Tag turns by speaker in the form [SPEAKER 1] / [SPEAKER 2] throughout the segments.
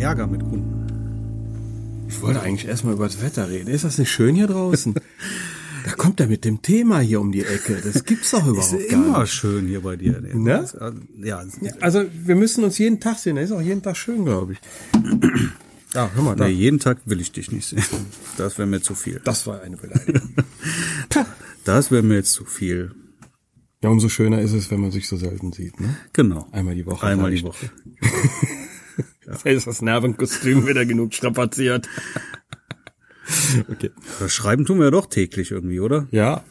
[SPEAKER 1] Ärger mit Kunden.
[SPEAKER 2] Ich wollte eigentlich erstmal über das Wetter reden. Ist das nicht schön hier draußen? da kommt er mit dem Thema hier um die Ecke. Das gibt's doch überhaupt
[SPEAKER 1] Ist
[SPEAKER 2] gar nicht.
[SPEAKER 1] immer schön hier bei dir. der-
[SPEAKER 2] Ne?
[SPEAKER 1] Ja,
[SPEAKER 2] Ja, also wir müssen uns jeden Tag sehen. Das ist auch jeden Tag schön, glaube ich. Ja, Ah, hör mal, da.
[SPEAKER 1] nee, jeden Tag will ich dich nicht sehen. Das wäre mir zu viel.
[SPEAKER 2] das war eine Beleidigung.
[SPEAKER 1] Das wäre mir jetzt zu viel.
[SPEAKER 2] Ja, umso schöner ist es, wenn man sich so selten sieht. Ne?
[SPEAKER 1] Genau.
[SPEAKER 2] Einmal die Woche.
[SPEAKER 1] Einmal die
[SPEAKER 2] vielleicht.
[SPEAKER 1] Woche.
[SPEAKER 2] Das heißt, das Nervenkostüm wieder genug strapaziert. okay.
[SPEAKER 1] Das Schreiben tun wir ja doch täglich irgendwie, oder?
[SPEAKER 2] Ja,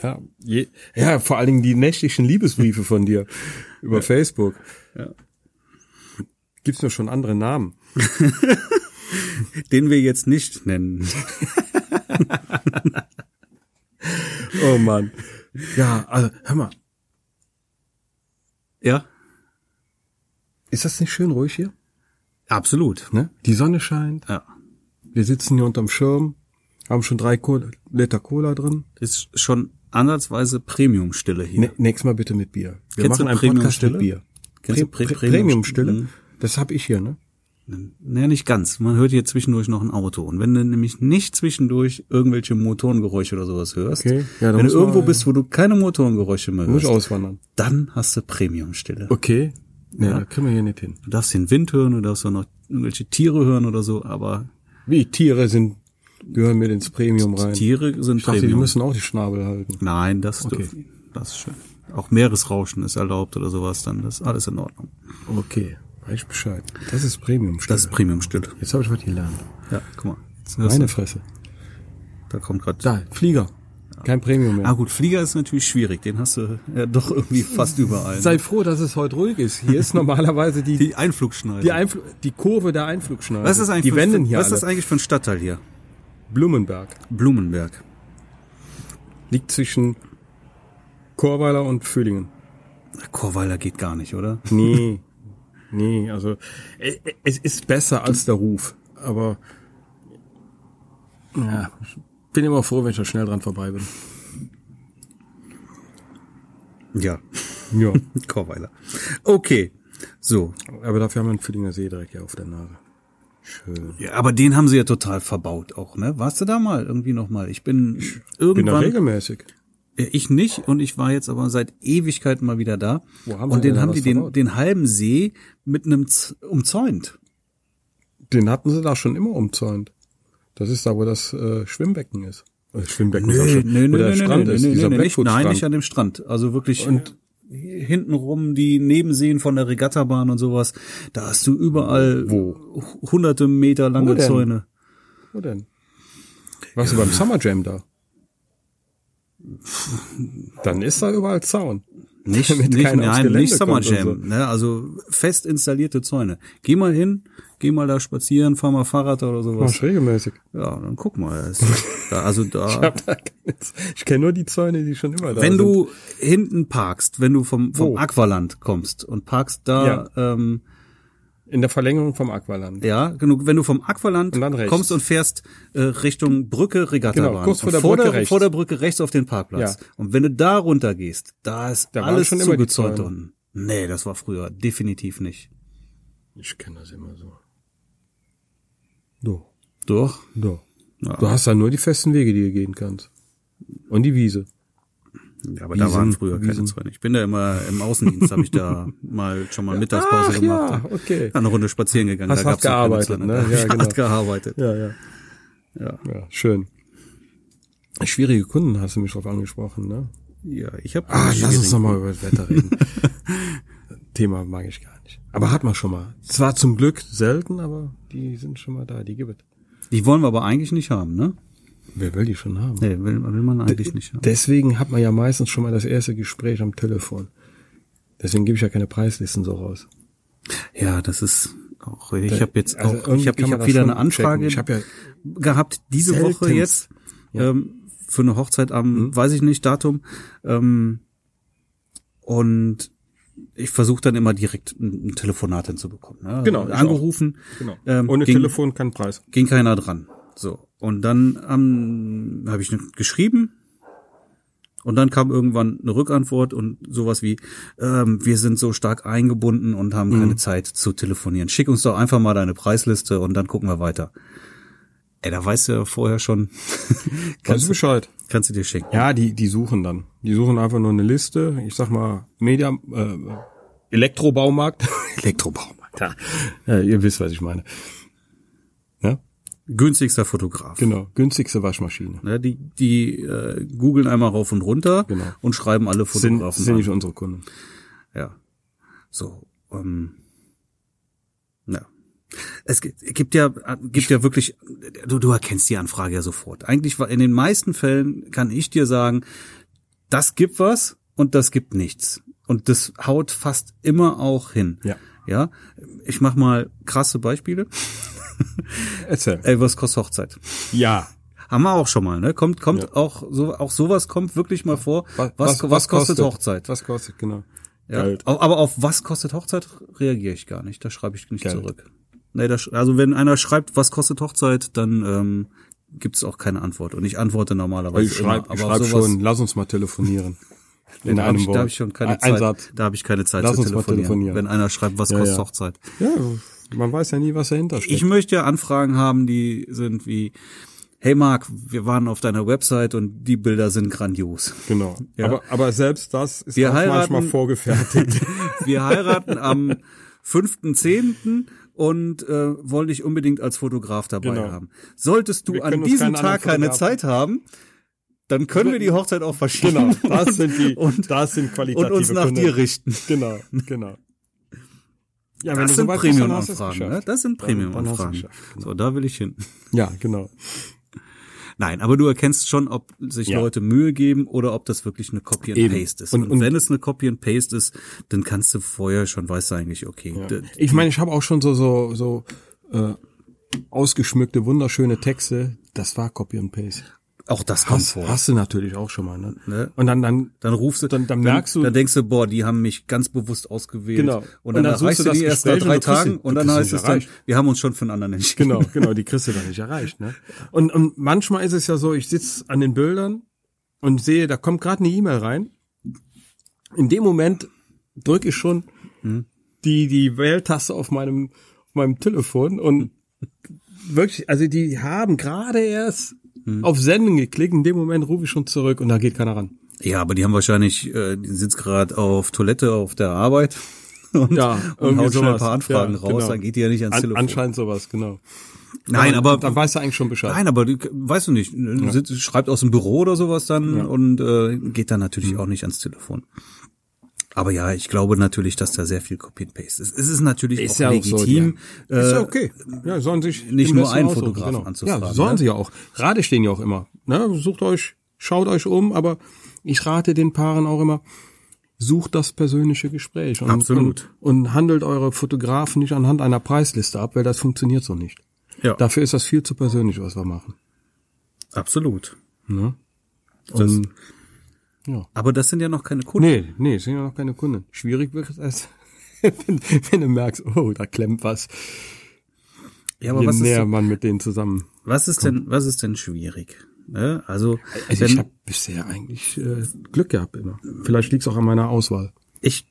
[SPEAKER 2] ja, je, ja, vor allen Dingen die nächtlichen Liebesbriefe von dir über Facebook.
[SPEAKER 1] Ja.
[SPEAKER 2] Gibt's nur schon andere Namen?
[SPEAKER 1] Den wir jetzt nicht nennen.
[SPEAKER 2] Oh Mann. Ja, also hör mal,
[SPEAKER 1] Ja,
[SPEAKER 2] ist das nicht schön ruhig hier?
[SPEAKER 1] absolut.
[SPEAKER 2] Ne? Die Sonne scheint,
[SPEAKER 1] Ja.
[SPEAKER 2] wir sitzen hier unterm Schirm, haben schon drei Cola, Liter Cola drin.
[SPEAKER 1] Ist schon ansatzweise Premium-Stille hier.
[SPEAKER 2] Ne, nächstes Mal bitte mit Bier. Wir
[SPEAKER 1] Kennst du
[SPEAKER 2] machen einen Podcast
[SPEAKER 1] Premium-Stille?
[SPEAKER 2] mit Bier.
[SPEAKER 1] Kennst du
[SPEAKER 2] Pre
[SPEAKER 1] Pre-
[SPEAKER 2] Pre
[SPEAKER 1] Premium-
[SPEAKER 2] Premium-Stille?
[SPEAKER 1] Mhm.
[SPEAKER 2] Das hab ich hier, ne?
[SPEAKER 1] Naja, nicht ganz. Man hört hier zwischendurch noch ein Auto. Und wenn du nämlich nicht zwischendurch irgendwelche Motorengeräusche oder sowas hörst,
[SPEAKER 2] Okay. Ja,
[SPEAKER 1] wenn
[SPEAKER 2] dann
[SPEAKER 1] du
[SPEAKER 2] muss man-
[SPEAKER 1] irgendwo bist, wo du keine Motorengeräusche mehr
[SPEAKER 2] Muss
[SPEAKER 1] hörst,
[SPEAKER 2] auswandern.
[SPEAKER 1] dann hast du Premium-Stille.
[SPEAKER 2] Okay. Ja, da kriegen wir hier nicht hin.
[SPEAKER 1] Du darfst den Wind hören, du darfst auch noch irgendwelche Tiere hören oder so, aber
[SPEAKER 2] Wie Tiere sind, gehören mit ins Premium rein.
[SPEAKER 1] Tiere sind
[SPEAKER 2] Ich dachte, die
[SPEAKER 1] Premium.
[SPEAKER 2] müssen auch die Schnabel halten.
[SPEAKER 1] Nein, das,
[SPEAKER 2] Okay.
[SPEAKER 1] dürfen- das ist schön. Auch Meeresrauschen ist erlaubt oder sowas, dann ist alles in Ordnung.
[SPEAKER 2] Okay, weiß ich Bescheid. Das ist premium
[SPEAKER 1] Das ist Premium-Stille.
[SPEAKER 2] Jetzt habe ich was gelernt.
[SPEAKER 1] Ja, guck mal. Jetzt hörst
[SPEAKER 2] Meine
[SPEAKER 1] du,
[SPEAKER 2] Fresse.
[SPEAKER 1] da kommt gerade.
[SPEAKER 2] Da, Flieger. Kein Premium mehr.
[SPEAKER 1] Ah gut, Flieger ist natürlich schwierig, den hast du ja doch irgendwie fast überall.
[SPEAKER 2] Sei froh, dass es heute ruhig ist. Hier ist normalerweise die, die,
[SPEAKER 1] die Einflugschneise.
[SPEAKER 2] Einfl die Kurve der Einflugschneise.
[SPEAKER 1] was ist eigentlich
[SPEAKER 2] Also Die
[SPEAKER 1] für-
[SPEAKER 2] wenden hier
[SPEAKER 1] Was
[SPEAKER 2] alle.
[SPEAKER 1] ist das eigentlich für ein Stadtteil hier?
[SPEAKER 2] Blumenberg.
[SPEAKER 1] Blumenberg.
[SPEAKER 2] Liegt zwischen Chorweiler und Fühlingen.
[SPEAKER 1] Chorweiler geht gar nicht, oder?
[SPEAKER 2] Nee, nee, also e- e- es ist besser als der Ruf, aber ja, ich bin immer froh, wenn ich da schnell dran vorbei bin.
[SPEAKER 1] Ja,
[SPEAKER 2] Ja,
[SPEAKER 1] Chorweiler. Okay. So,
[SPEAKER 2] aber dafür haben wir einen Fühlinger See direkt hier auf der Nase. Schön.
[SPEAKER 1] Ja, aber den haben sie ja total verbaut auch, ne? Warst du da mal irgendwie noch mal? Ich bin
[SPEAKER 2] Bin da
[SPEAKER 1] irgendwann
[SPEAKER 2] regelmäßig.
[SPEAKER 1] Ja, ich nicht und ich war jetzt aber seit Ewigkeiten mal wieder da.
[SPEAKER 2] Wo haben sie
[SPEAKER 1] und
[SPEAKER 2] denn
[SPEAKER 1] den
[SPEAKER 2] da
[SPEAKER 1] haben
[SPEAKER 2] was
[SPEAKER 1] die den,
[SPEAKER 2] verbaut?
[SPEAKER 1] den halben See mit einem Z umzäunt.
[SPEAKER 2] Den hatten sie da schon immer umzäunt. Das ist da, wo das äh, Schwimmbecken ist. Äh, Schwimmbecken ist auch
[SPEAKER 1] Nö,
[SPEAKER 2] schon-
[SPEAKER 1] nö,
[SPEAKER 2] wo
[SPEAKER 1] nö,
[SPEAKER 2] der
[SPEAKER 1] nö,
[SPEAKER 2] Strand
[SPEAKER 1] nö,
[SPEAKER 2] ist,
[SPEAKER 1] nö,
[SPEAKER 2] dieser
[SPEAKER 1] nö, nicht, Nein,
[SPEAKER 2] Blackfoot-Strand.
[SPEAKER 1] nicht an dem Strand. Also wirklich hintenrum die Nebenseen von der Regattabahn und sowas. Da hast du überall
[SPEAKER 2] Wo?
[SPEAKER 1] hu- hunderte Meter
[SPEAKER 2] Wo
[SPEAKER 1] lange
[SPEAKER 2] denn?
[SPEAKER 1] Zäune.
[SPEAKER 2] Wo denn? Warst du beim Summer Jam da? Dann ist da überall Zaun.
[SPEAKER 1] Nicht,
[SPEAKER 2] Damit
[SPEAKER 1] nicht,
[SPEAKER 2] keiner aufs
[SPEAKER 1] nein,
[SPEAKER 2] Gelände
[SPEAKER 1] nicht Summer
[SPEAKER 2] kommt und
[SPEAKER 1] Jam. Ne? Also fest installierte Zäune. Geh mal hin, geh mal da spazieren, fahr mal Fahrrad oder sowas.
[SPEAKER 2] Machst regelmäßig.
[SPEAKER 1] Ja, dann guck mal. Es- Da, also da.
[SPEAKER 2] hab da keine Z- Ich kenne nur die Zäune, die schon immer da Oh.
[SPEAKER 1] Wenn
[SPEAKER 2] sind.
[SPEAKER 1] du hinten parkst, wenn du vom, vom
[SPEAKER 2] Wo?
[SPEAKER 1] Aqualand kommst und parkst da, ähm,
[SPEAKER 2] in der Verlängerung vom Aqualand.
[SPEAKER 1] ja, genug, wenn du vom Aqualand
[SPEAKER 2] Und dann rechts.
[SPEAKER 1] kommst und fährst äh, Richtung Brücke Regattabahn.
[SPEAKER 2] Genau, kurz vor
[SPEAKER 1] Und
[SPEAKER 2] der Brücke rechts.
[SPEAKER 1] vor der Brücke rechts auf den Parkplatz.
[SPEAKER 2] Ja.
[SPEAKER 1] Und wenn du da runter gehst, da ist
[SPEAKER 2] Da waren
[SPEAKER 1] alles
[SPEAKER 2] schon immer die
[SPEAKER 1] zugezäunt
[SPEAKER 2] Zäune.
[SPEAKER 1] unten. Nee, das war früher definitiv nicht.
[SPEAKER 2] Ich kenne das immer so. Du,
[SPEAKER 1] Doch.
[SPEAKER 2] du.
[SPEAKER 1] Ja.
[SPEAKER 2] Du hast da nur die festen Wege, die du gehen kannst. Und die Wiese.
[SPEAKER 1] Ja, aber da waren
[SPEAKER 2] Wiesen,
[SPEAKER 1] früher keine
[SPEAKER 2] Wiesen.
[SPEAKER 1] Zäune. Ich bin da immer im Außendienst, habe ich da mal schon mal Mittagspause
[SPEAKER 2] Ach ja,
[SPEAKER 1] gemacht.
[SPEAKER 2] Ah, okay.
[SPEAKER 1] Eine Runde spazieren gegangen.
[SPEAKER 2] Hast
[SPEAKER 1] da
[SPEAKER 2] hart
[SPEAKER 1] gab's noch keine
[SPEAKER 2] gearbeitet,
[SPEAKER 1] Zäune. Da hab
[SPEAKER 2] ne? Ja,
[SPEAKER 1] ich
[SPEAKER 2] genau.
[SPEAKER 1] Hart gearbeitet.
[SPEAKER 2] Ja, ja.
[SPEAKER 1] Ja.
[SPEAKER 2] Ja, schön. Schwierige Kunden hast du mich drauf angesprochen, ne?
[SPEAKER 1] Ja, ich habe.
[SPEAKER 2] Ah, lass uns nochmal über das Wetter reden. Thema mag ich gar nicht. Aber hat man schon mal. Zwar zum Glück selten, aber die sind schon mal da, die gibt es.
[SPEAKER 1] Die wollen wir aber eigentlich nicht haben, ne?
[SPEAKER 2] Wer will die schon haben?
[SPEAKER 1] Nee, will, will man eigentlich nicht haben.
[SPEAKER 2] Deswegen hat man ja meistens schon mal das erste Gespräch am Telefon. Deswegen gebe ich ja keine Preislisten so raus.
[SPEAKER 1] Ja, das ist auch. Ich habe jetzt
[SPEAKER 2] Also
[SPEAKER 1] auch.
[SPEAKER 2] irgendwie
[SPEAKER 1] Ich habe
[SPEAKER 2] kann
[SPEAKER 1] ich hab
[SPEAKER 2] man das
[SPEAKER 1] wieder
[SPEAKER 2] schon
[SPEAKER 1] eine Anfrage
[SPEAKER 2] checken. Ich hab ja-
[SPEAKER 1] gehabt diese Woche
[SPEAKER 2] Seltenst. Mhm.
[SPEAKER 1] jetzt ähm, für eine Hochzeit am, weiß ich nicht, Datum. Ähm, und ich versuche dann immer direkt ein, ein Telefonat hinzubekommen. Ne? Also
[SPEAKER 2] Genau, ich
[SPEAKER 1] Angerufen. Ähm, ging,
[SPEAKER 2] Genau. kein Preis.
[SPEAKER 1] ging keiner dran. So. Und dann ähm, habe ich geschrieben Und dann kam irgendwann eine Rückantwort und sowas wie, ähm, wir sind so stark eingebunden und haben keine
[SPEAKER 2] Mhm.
[SPEAKER 1] Zeit zu telefonieren. Schick uns doch einfach mal deine Preisliste und dann gucken wir weiter. Ey, da weißt du ja vorher schon,
[SPEAKER 2] Weißt du
[SPEAKER 1] kannst, du,
[SPEAKER 2] Bescheid?
[SPEAKER 1] kannst du dir schicken.
[SPEAKER 2] Ja, die, die suchen dann. Die suchen einfach nur eine Liste. Ich sag mal, Media, äh, Elektrobaumarkt. Elektrobaumarkt, ja. ja. Ihr wisst, was ich meine. Ja,
[SPEAKER 1] Günstigster Fotograf.
[SPEAKER 2] genau. Günstigste Waschmaschine.
[SPEAKER 1] Ja, die die äh, googeln einmal rauf und runter
[SPEAKER 2] Genau.
[SPEAKER 1] und schreiben alle
[SPEAKER 2] Sind,
[SPEAKER 1] Fotografen
[SPEAKER 2] sind
[SPEAKER 1] an.
[SPEAKER 2] nicht unsere Kunden.
[SPEAKER 1] Ja. So, ähm, ja. Es gibt, gibt ja, gibt ja wirklich, du, du erkennst die Anfrage ja sofort. Eigentlich war in den meisten Fällen kann ich dir sagen, das gibt was und das gibt nichts. Und das haut fast immer auch hin.
[SPEAKER 2] Ja.
[SPEAKER 1] Ja. Ich mach mal krasse Beispiele.
[SPEAKER 2] Erzähl.
[SPEAKER 1] Ey, was kostet Hochzeit?
[SPEAKER 2] Ja.
[SPEAKER 1] Haben wir auch schon mal, ne? Kommt, kommt auch so, auch sowas kommt wirklich mal vor. Was, was, kostet, Hochzeit?
[SPEAKER 2] Was kostet, genau.
[SPEAKER 1] Ja.
[SPEAKER 2] Geld.
[SPEAKER 1] Au- Aber auf was kostet Hochzeit reagiere ich gar nicht. Da schreibe ich nicht
[SPEAKER 2] Geld.
[SPEAKER 1] zurück. Nee, da, sch- also wenn einer schreibt, was kostet Hochzeit, dann ähm, gibt es auch keine Antwort. Und ich antworte normalerweise
[SPEAKER 2] Ich schreibe
[SPEAKER 1] immer.
[SPEAKER 2] ich
[SPEAKER 1] auf
[SPEAKER 2] schreib schon, lass uns mal telefonieren. In
[SPEAKER 1] da habe
[SPEAKER 2] einem
[SPEAKER 1] ich,
[SPEAKER 2] Wort.
[SPEAKER 1] da hab ich schon keine
[SPEAKER 2] Ein-
[SPEAKER 1] Zeit.
[SPEAKER 2] Ein Satz.
[SPEAKER 1] Da habe ich keine Zeit
[SPEAKER 2] Lass
[SPEAKER 1] zu
[SPEAKER 2] uns mal
[SPEAKER 1] telefonieren.
[SPEAKER 2] telefonieren.
[SPEAKER 1] Wenn einer schreibt, was
[SPEAKER 2] Ja,
[SPEAKER 1] kostet
[SPEAKER 2] ja.
[SPEAKER 1] Hochzeit.
[SPEAKER 2] Ja, man weiß ja nie, was dahinter steckt.
[SPEAKER 1] Ich möchte ja Anfragen haben, die sind wie, hey Marc, wir waren auf deiner Website und die Bilder sind grandios.
[SPEAKER 2] Genau.
[SPEAKER 1] Ja.
[SPEAKER 2] Aber, aber selbst das ist
[SPEAKER 1] Wir
[SPEAKER 2] auch manchmal
[SPEAKER 1] heiraten-
[SPEAKER 2] vorgefertigt.
[SPEAKER 1] Wir heiraten am 5.10. und äh, wollte ich unbedingt als Fotograf dabei
[SPEAKER 2] Genau.
[SPEAKER 1] haben. Solltest du
[SPEAKER 2] Wir können
[SPEAKER 1] an
[SPEAKER 2] uns
[SPEAKER 1] diesem
[SPEAKER 2] keinen anderen
[SPEAKER 1] Tag keine
[SPEAKER 2] Fotografen-
[SPEAKER 1] Zeit haben, dann können wir die Hochzeit auch
[SPEAKER 2] genau.
[SPEAKER 1] verschieben
[SPEAKER 2] Das sind die,
[SPEAKER 1] und,
[SPEAKER 2] das sind qualitative
[SPEAKER 1] und uns nach
[SPEAKER 2] Kunden.
[SPEAKER 1] dir richten.
[SPEAKER 2] Genau, genau. Ja, wenn du
[SPEAKER 1] Das sind
[SPEAKER 2] so weit bist, dann hast du es
[SPEAKER 1] Premium-Anfragen. Ne? Das
[SPEAKER 2] geschafft.
[SPEAKER 1] sind
[SPEAKER 2] Dann- dann hast du es
[SPEAKER 1] Premium-Anfragen.
[SPEAKER 2] geschafft.
[SPEAKER 1] So, da will ich hin.
[SPEAKER 2] Ja, genau.
[SPEAKER 1] Nein, aber du erkennst schon, ob sich
[SPEAKER 2] Ja.
[SPEAKER 1] Leute Mühe geben oder ob das wirklich eine Copy and
[SPEAKER 2] Eben.
[SPEAKER 1] Paste ist.
[SPEAKER 2] Und-
[SPEAKER 1] Und,
[SPEAKER 2] und-
[SPEAKER 1] wenn es eine Copy and Paste ist, dann kannst du vorher schon, weißt du eigentlich, okay, d-
[SPEAKER 2] Ich meine, ich habe auch schon so so so äh, ausgeschmückte, wunderschöne Texte. Das war Copy and Paste.
[SPEAKER 1] auch das kommt
[SPEAKER 2] Hast,
[SPEAKER 1] vor.
[SPEAKER 2] hast du natürlich auch schon mal, ne?
[SPEAKER 1] Ne?
[SPEAKER 2] Und dann dann
[SPEAKER 1] Dann rufst du,
[SPEAKER 2] Dann- dann merkst du-
[SPEAKER 1] dann denkst du, boah, die haben mich ganz bewusst ausgewählt.
[SPEAKER 2] Genau.
[SPEAKER 1] Und dann,
[SPEAKER 2] Und dann suchst
[SPEAKER 1] erreichst
[SPEAKER 2] du
[SPEAKER 1] du die
[SPEAKER 2] das
[SPEAKER 1] erst nach
[SPEAKER 2] Gespräch und
[SPEAKER 1] drei
[SPEAKER 2] du kriegst
[SPEAKER 1] Tagen
[SPEAKER 2] sie-
[SPEAKER 1] und
[SPEAKER 2] du
[SPEAKER 1] dann
[SPEAKER 2] kriegst sie
[SPEAKER 1] heißt
[SPEAKER 2] nicht
[SPEAKER 1] es dann,
[SPEAKER 2] erreicht.
[SPEAKER 1] wir haben uns schon für einen anderen entschieden.
[SPEAKER 2] Genau, genau, die kriegst du dann nicht erreicht. Ne? Und, und manchmal ist es ja so, ich sitz an den Bildern und sehe, da kommt gerade eine E-Mail rein. In dem Moment drücke ich schon
[SPEAKER 1] Mhm.
[SPEAKER 2] die, die Wähltaste auf meinem, auf meinem Telefon und wirklich, also die haben gerade erst
[SPEAKER 1] Mhm.
[SPEAKER 2] auf Senden geklickt, in dem Moment rufe ich schon zurück und da geht keiner ran.
[SPEAKER 1] Ja, aber die haben wahrscheinlich, äh, die sind gerade auf Toilette auf der Arbeit und,
[SPEAKER 2] Ja,
[SPEAKER 1] und
[SPEAKER 2] irgendwie
[SPEAKER 1] haut schnell ein
[SPEAKER 2] sowas.
[SPEAKER 1] paar Anfragen
[SPEAKER 2] Ja,
[SPEAKER 1] raus,
[SPEAKER 2] genau.
[SPEAKER 1] dann geht die ja nicht ans
[SPEAKER 2] An,
[SPEAKER 1] Telefon.
[SPEAKER 2] anscheinend sowas, genau.
[SPEAKER 1] Nein, aber
[SPEAKER 2] dann weißt du eigentlich schon Bescheid.
[SPEAKER 1] Nein, aber du, weißt du nicht, sitzt, schreibt aus dem Büro oder sowas dann und äh, geht dann natürlich
[SPEAKER 2] Mhm.
[SPEAKER 1] auch nicht ans Telefon. Aber ja, ich glaube natürlich, dass da sehr viel Copy and Paste ist. Es ist natürlich auch legitim.
[SPEAKER 2] ja. Ist
[SPEAKER 1] äh,
[SPEAKER 2] ja okay. Ja, sollen sich
[SPEAKER 1] nicht
[SPEAKER 2] im
[SPEAKER 1] nur
[SPEAKER 2] besten
[SPEAKER 1] einen
[SPEAKER 2] aussuchen, genau.
[SPEAKER 1] Fotografen anzufragen,
[SPEAKER 2] Ja, sollen
[SPEAKER 1] ne?
[SPEAKER 2] sie ja auch. Rate stehen ja auch immer. Ne? Sucht euch, schaut euch um, aber ich rate den Paaren auch immer, sucht das persönliche Gespräch und,
[SPEAKER 1] Absolut.
[SPEAKER 2] und, und handelt eure Fotografen nicht anhand einer Preisliste ab, weil das funktioniert so nicht.
[SPEAKER 1] ja,
[SPEAKER 2] Dafür ist das viel zu persönlich, was wir machen.
[SPEAKER 1] absolut.
[SPEAKER 2] Ne?
[SPEAKER 1] Das,
[SPEAKER 2] Und- ja.
[SPEAKER 1] Aber das sind ja noch keine Kunden.
[SPEAKER 2] Nee, nee, sind ja noch keine Kunden. Schwierig wird es erst, wenn, wenn du merkst, oh, da klemmt was.
[SPEAKER 1] ja, aber
[SPEAKER 2] Je
[SPEAKER 1] was
[SPEAKER 2] näher
[SPEAKER 1] ist,
[SPEAKER 2] man mit denen zusammen
[SPEAKER 1] was ist denn, was ist denn schwierig? Ne? Also,
[SPEAKER 2] Also
[SPEAKER 1] wenn-
[SPEAKER 2] ich habe bisher eigentlich äh, Glück gehabt immer. Vielleicht liegt's auch an meiner Auswahl.
[SPEAKER 1] ich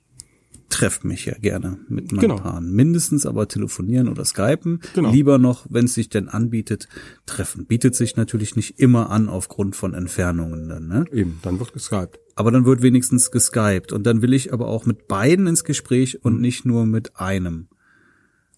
[SPEAKER 1] treffe mich ja gerne mit meinen
[SPEAKER 2] Genau.
[SPEAKER 1] Paaren. Mindestens aber telefonieren oder skypen.
[SPEAKER 2] Genau.
[SPEAKER 1] Lieber noch, wenn es sich denn anbietet, treffen. Bietet sich natürlich nicht immer an aufgrund von Entfernungen dann, ne?
[SPEAKER 2] Eben, dann wird geskypt.
[SPEAKER 1] Aber dann wird wenigstens geskypt. Und dann will ich aber auch mit beiden ins Gespräch
[SPEAKER 2] Mhm.
[SPEAKER 1] und nicht nur mit einem.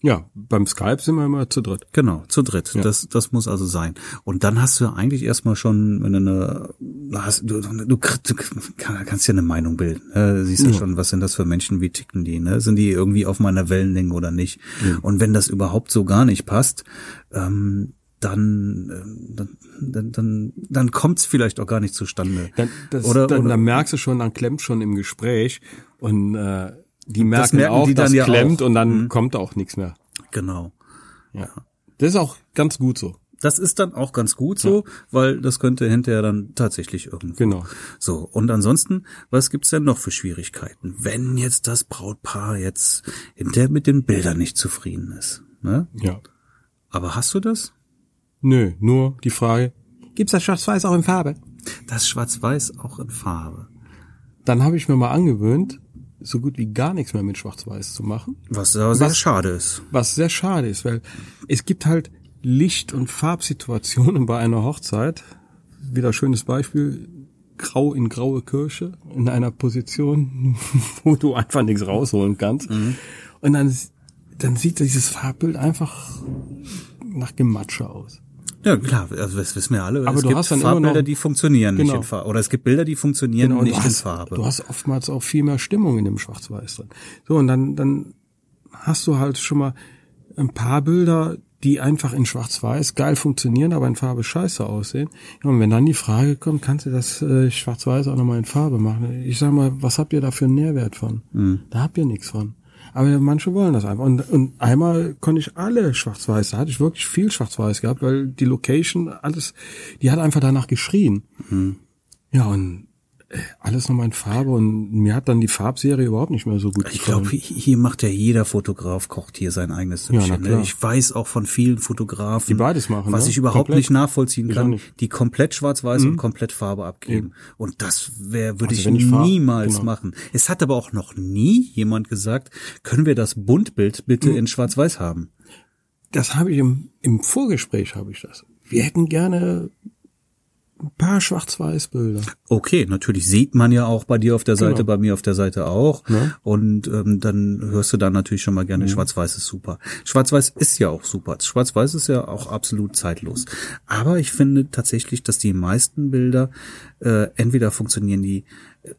[SPEAKER 2] Ja, beim Skype sind wir immer zu dritt.
[SPEAKER 1] Genau, zu dritt. Das, das muss also sein. Und dann hast du ja eigentlich erstmal schon, wenn du eine, hast, du, du, du kann- kannst ja eine Meinung bilden. ne? Du siehst ja, schon, was sind das für Menschen, wie ticken die, ne? Sind die irgendwie auf meiner Wellenlänge oder nicht? Und wenn das überhaupt so gar nicht passt, ähm, dann, ähm, dann, dann, dann, dann kommt es vielleicht auch gar nicht zustande.
[SPEAKER 2] Dann, das,
[SPEAKER 1] oder,
[SPEAKER 2] dann,
[SPEAKER 1] oder
[SPEAKER 2] dann merkst du schon, dann klemmt schon im Gespräch und äh, die merken,
[SPEAKER 1] merken
[SPEAKER 2] auch, Mhm.
[SPEAKER 1] die dann
[SPEAKER 2] dass
[SPEAKER 1] ja
[SPEAKER 2] klemmt
[SPEAKER 1] auch.
[SPEAKER 2] und dann kommt auch nichts mehr.
[SPEAKER 1] genau.
[SPEAKER 2] Das ist auch ganz gut so.
[SPEAKER 1] Das ist dann auch ganz gut so, weil das könnte hinterher dann tatsächlich irgendwo.
[SPEAKER 2] Genau.
[SPEAKER 1] So, und ansonsten, was gibt's denn noch für Schwierigkeiten, wenn jetzt das Brautpaar jetzt hinterher mit den Bildern nicht zufrieden ist? Ne?
[SPEAKER 2] Ja.
[SPEAKER 1] Aber hast du das?
[SPEAKER 2] Nö, nur die Frage, gibt's das Schwarz-Weiß auch in Farbe?
[SPEAKER 1] Das Schwarz-Weiß auch in Farbe.
[SPEAKER 2] Dann habe ich mir mal angewöhnt, so gut wie gar nichts mehr mit Schwarz-Weiß zu machen.
[SPEAKER 1] Was aber sehr schade ist.
[SPEAKER 2] Was sehr schade ist, weil es gibt halt Licht- und Farbsituationen bei einer Hochzeit. Wieder schönes Beispiel. Grau in graue Kirche, in einer Position, wo du einfach nichts rausholen kannst. Und dann, dann sieht dieses Farbbild einfach nach Gematsche aus.
[SPEAKER 1] Ja, klar, also das wissen wir alle.
[SPEAKER 2] Aber
[SPEAKER 1] es
[SPEAKER 2] du
[SPEAKER 1] gibt
[SPEAKER 2] hast dann immer
[SPEAKER 1] Farbbilder,
[SPEAKER 2] noch-
[SPEAKER 1] die funktionieren nicht
[SPEAKER 2] Genau.
[SPEAKER 1] in Farbe. Oder es gibt Bilder, die funktionieren
[SPEAKER 2] Genau,
[SPEAKER 1] nicht
[SPEAKER 2] du
[SPEAKER 1] in
[SPEAKER 2] hast,
[SPEAKER 1] Farbe.
[SPEAKER 2] Du hast oftmals auch viel mehr Stimmung in dem Schwarz-Weiß drin. So, und dann, dann hast du halt schon mal ein paar Bilder, die einfach in Schwarz-Weiß geil funktionieren, aber in Farbe scheiße aussehen. Ja, und wenn dann die Frage kommt, kannst du das äh, Schwarz-Weiß auch nochmal in Farbe machen? Ich sag mal, was habt ihr da für einen Nährwert von? Da habt ihr nichts von. Aber manche wollen das einfach. Und, und einmal konnte ich alle schwarz-weiß, da hatte ich wirklich viel schwarz-weiß gehabt, weil die Location, alles, die hat einfach danach geschrien. Ja, und äh, alles nochmal in Farbe und mir hat dann die Farbserie überhaupt nicht mehr so gut
[SPEAKER 1] Ich
[SPEAKER 2] gefallen.
[SPEAKER 1] glaube, hier macht ja jeder Fotograf, kocht hier sein eigenes
[SPEAKER 2] na
[SPEAKER 1] Süppchen.
[SPEAKER 2] klar.
[SPEAKER 1] ne? Ich weiß auch von vielen Fotografen, die
[SPEAKER 2] beides machen,
[SPEAKER 1] was
[SPEAKER 2] ne?
[SPEAKER 1] ich überhaupt
[SPEAKER 2] Komplett.
[SPEAKER 1] nicht nachvollziehen
[SPEAKER 2] Ich auch
[SPEAKER 1] kann,
[SPEAKER 2] nicht. Mhm.
[SPEAKER 1] die komplett schwarz-weiß und komplett Farbe abgeben. Und das wäre würde
[SPEAKER 2] Also wenn
[SPEAKER 1] ich
[SPEAKER 2] ich fahr-
[SPEAKER 1] niemals
[SPEAKER 2] genau.
[SPEAKER 1] machen. Es hat aber auch noch nie jemand gesagt, können wir das Buntbild bitte
[SPEAKER 2] Mhm.
[SPEAKER 1] in schwarz-weiß haben?
[SPEAKER 2] das habe ich im, im Vorgespräch habe ich das. Wir hätten gerne ein paar Schwarz-Weiß-Bilder.
[SPEAKER 1] Okay, natürlich sieht man ja auch bei dir auf der Seite,
[SPEAKER 2] Genau.
[SPEAKER 1] bei mir auf der Seite auch.
[SPEAKER 2] Ne?
[SPEAKER 1] Und ähm, dann hörst du dann natürlich schon mal gerne, Schwarz-Weiß ist super. Schwarz-Weiß ist ja auch super. Schwarz-Weiß ist ja auch absolut zeitlos. Aber ich finde tatsächlich, dass die meisten Bilder äh, entweder funktionieren die äh,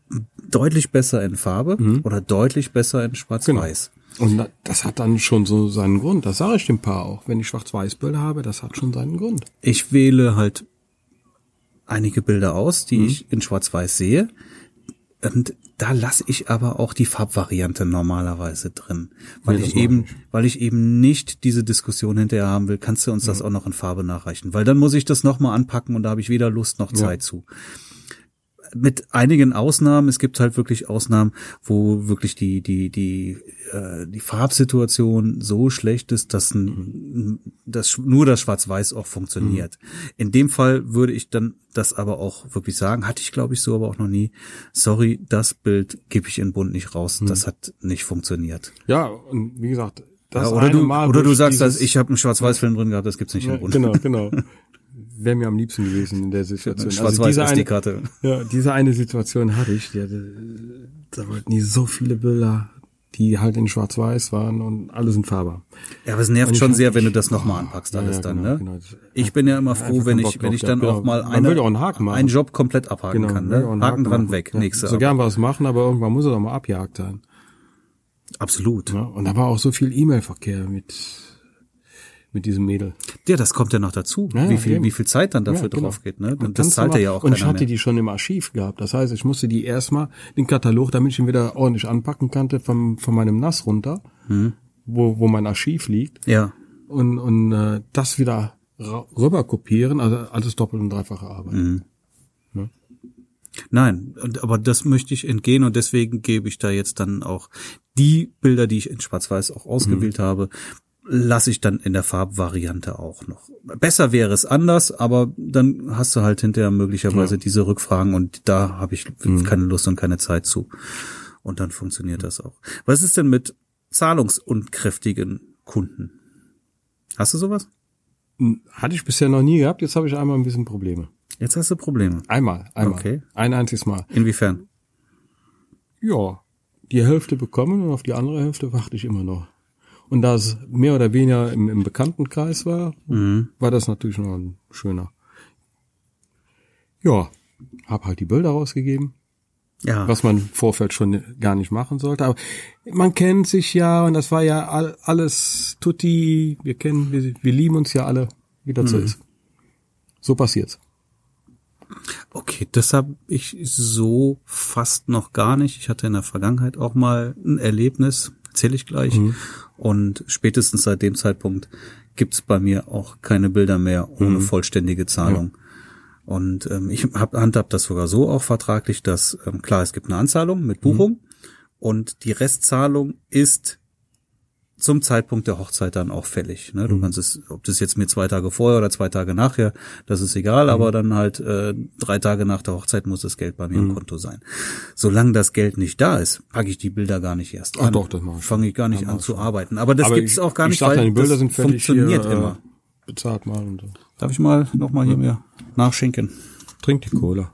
[SPEAKER 1] deutlich besser in Farbe oder deutlich besser in Schwarz-Weiß.
[SPEAKER 2] Und da- das hat dann schon so seinen Grund. Das sage ich dem Paar auch. Wenn ich Schwarz-Weiß-Bilder habe, das hat schon seinen Grund.
[SPEAKER 1] Ich wähle halt einige Bilder aus,
[SPEAKER 2] Mhm.
[SPEAKER 1] die ich in Schwarz-Weiß sehe. Und da lasse ich aber auch die Farbvariante normalerweise drin, weil
[SPEAKER 2] Nee, das
[SPEAKER 1] ich
[SPEAKER 2] mach
[SPEAKER 1] eben,
[SPEAKER 2] ich.
[SPEAKER 1] weil ich eben nicht diese Diskussion hinterher haben will. Kannst du uns das auch noch in Farbe nachreichen? Weil dann muss ich das nochmal anpacken und da habe ich weder Lust noch Zeit zu. Mit einigen Ausnahmen, es gibt halt wirklich Ausnahmen, wo wirklich die die die äh, die Farbsituation so schlecht ist, dass ein, dass sch- nur das Schwarz-Weiß auch funktioniert.
[SPEAKER 2] Mhm.
[SPEAKER 1] In dem Fall würde ich dann das aber auch wirklich sagen, hatte ich glaube ich so aber auch noch nie. Sorry, das Bild gebe ich in bunt nicht raus,
[SPEAKER 2] Mhm.
[SPEAKER 1] das hat nicht funktioniert.
[SPEAKER 2] Ja, und wie gesagt, das
[SPEAKER 1] ja, oder
[SPEAKER 2] eine
[SPEAKER 1] du
[SPEAKER 2] Mal,
[SPEAKER 1] oder
[SPEAKER 2] wo
[SPEAKER 1] du sagst,
[SPEAKER 2] dieses-
[SPEAKER 1] dass ich habe einen Schwarz-Weiß-Film drin gehabt, das gibt's nicht
[SPEAKER 2] Ja,
[SPEAKER 1] in bunt.
[SPEAKER 2] Genau, genau. Wäre mir am liebsten gewesen in der Situation. Also
[SPEAKER 1] Schwarz-Weiß
[SPEAKER 2] diese
[SPEAKER 1] ist
[SPEAKER 2] eine-
[SPEAKER 1] die Karte.
[SPEAKER 2] Ja, diese eine Situation hatte ich. Die hatte, da wollten die so viele Bilder, die halt in Schwarz-Weiß waren und alles in Farbe.
[SPEAKER 1] Ja, aber es nervt
[SPEAKER 2] Und ich
[SPEAKER 1] schon
[SPEAKER 2] hab-
[SPEAKER 1] sehr,
[SPEAKER 2] ich-
[SPEAKER 1] wenn du das nochmal anpackst,
[SPEAKER 2] Ja,
[SPEAKER 1] alles
[SPEAKER 2] ja,
[SPEAKER 1] dann,
[SPEAKER 2] genau,
[SPEAKER 1] ne?
[SPEAKER 2] genau.
[SPEAKER 1] Ich bin ja immer froh,
[SPEAKER 2] einfach
[SPEAKER 1] wenn
[SPEAKER 2] keinen
[SPEAKER 1] ich,
[SPEAKER 2] Bock
[SPEAKER 1] wenn
[SPEAKER 2] drauf
[SPEAKER 1] ich dann
[SPEAKER 2] gehabt.
[SPEAKER 1] auch mal
[SPEAKER 2] Man
[SPEAKER 1] eine,
[SPEAKER 2] will ja auch einen Haken machen. Genau,
[SPEAKER 1] Job komplett abhaken kann, ne?
[SPEAKER 2] will auch
[SPEAKER 1] Haken,
[SPEAKER 2] einen
[SPEAKER 1] dran
[SPEAKER 2] machen.
[SPEAKER 1] weg,
[SPEAKER 2] Ja,
[SPEAKER 1] nächster.
[SPEAKER 2] So gern wir es machen, aber irgendwann muss er doch mal abjagt sein.
[SPEAKER 1] Absolut.
[SPEAKER 2] Ne? Und da war auch so viel E-Mail-Verkehr mit, mit diesem Mädel.
[SPEAKER 1] Ja, das kommt ja noch dazu,
[SPEAKER 2] Ja,
[SPEAKER 1] wie
[SPEAKER 2] ja,
[SPEAKER 1] viel,
[SPEAKER 2] eben.
[SPEAKER 1] wie viel Zeit dann dafür
[SPEAKER 2] Ja, genau.
[SPEAKER 1] drauf geht, ne?
[SPEAKER 2] Und
[SPEAKER 1] Und das
[SPEAKER 2] ganz
[SPEAKER 1] zahlt
[SPEAKER 2] normal-
[SPEAKER 1] ja auch
[SPEAKER 2] Und ich
[SPEAKER 1] keiner
[SPEAKER 2] hatte
[SPEAKER 1] mehr.
[SPEAKER 2] die schon im Archiv gehabt. Das heißt, ich musste die erstmal den Katalog, damit ich ihn wieder ordentlich anpacken konnte, vom, von meinem Nass runter,
[SPEAKER 1] Mhm.
[SPEAKER 2] wo, wo mein Archiv liegt,
[SPEAKER 1] Ja.
[SPEAKER 2] und, und äh, das wieder ra- rüber kopieren, also alles doppelt und dreifache Arbeit.
[SPEAKER 1] Mhm. Nein, und, aber das möchte ich entgehen und deswegen gebe ich da jetzt dann auch die Bilder, die ich in Schwarz-Weiß auch ausgewählt habe, lasse ich dann in der Farbvariante auch noch. Besser wäre es anders, aber dann hast du halt hinterher möglicherweise diese Rückfragen und da habe ich keine Lust und keine Zeit zu. Und dann funktioniert das auch. Was ist denn mit zahlungsunkräftigen Kunden? Hast du sowas?
[SPEAKER 2] N- Hatte ich bisher noch nie gehabt, jetzt habe ich einmal ein bisschen Probleme.
[SPEAKER 1] Jetzt hast du Probleme.
[SPEAKER 2] Einmal, einmal.
[SPEAKER 1] Okay.
[SPEAKER 2] Ein einziges Mal.
[SPEAKER 1] Inwiefern?
[SPEAKER 2] Ja, die Hälfte bekommen und auf die andere Hälfte warte ich immer noch. Und da es mehr oder weniger im, im Bekanntenkreis war,
[SPEAKER 1] Mhm.
[SPEAKER 2] war das natürlich noch ein schöner. Ja, hab halt die Bilder rausgegeben,
[SPEAKER 1] Ja.
[SPEAKER 2] was man im Vorfeld schon gar nicht machen sollte. Aber man kennt sich ja und das war ja all, alles Tutti. Wir kennen, wir, wir lieben uns ja alle, wie das
[SPEAKER 1] Mhm.
[SPEAKER 2] so ist. So passiert's.
[SPEAKER 1] Okay, das habe ich so fast noch gar nicht. Ich hatte in der Vergangenheit auch mal ein Erlebnis, erzähle ich gleich. Und spätestens seit dem Zeitpunkt gibt's bei mir auch keine Bilder mehr ohne vollständige Zahlung. Und ähm, ich hab, handhab das sogar so auch vertraglich, dass ähm,
[SPEAKER 2] Mhm.
[SPEAKER 1] klar, es gibt eine Anzahlung mit Buchung und die Restzahlung ist zum Zeitpunkt der Hochzeit dann auch fällig. Ne? Du
[SPEAKER 2] Mhm.
[SPEAKER 1] kannst es, ob das jetzt mir zwei Tage vorher oder zwei Tage nachher, das ist egal,
[SPEAKER 2] Mhm.
[SPEAKER 1] aber dann halt äh, drei Tage nach der Hochzeit muss das Geld bei mir
[SPEAKER 2] Mhm.
[SPEAKER 1] im Konto sein. Solange das Geld nicht da ist, packe ich die Bilder gar nicht erst
[SPEAKER 2] Ach
[SPEAKER 1] an.
[SPEAKER 2] doch, das mach ich schon.
[SPEAKER 1] Fange ich gar nicht an zu arbeiten. Aber das
[SPEAKER 2] Aber
[SPEAKER 1] gibt's
[SPEAKER 2] ich-
[SPEAKER 1] auch gar
[SPEAKER 2] ich
[SPEAKER 1] nicht,
[SPEAKER 2] sag dann, die Bilder
[SPEAKER 1] das
[SPEAKER 2] sind fertig,
[SPEAKER 1] funktioniert
[SPEAKER 2] hier, äh,
[SPEAKER 1] immer.
[SPEAKER 2] Bezahlt mal und so.
[SPEAKER 1] Darf ich mal nochmal hier mir nachschinken?
[SPEAKER 2] Trink die Cola.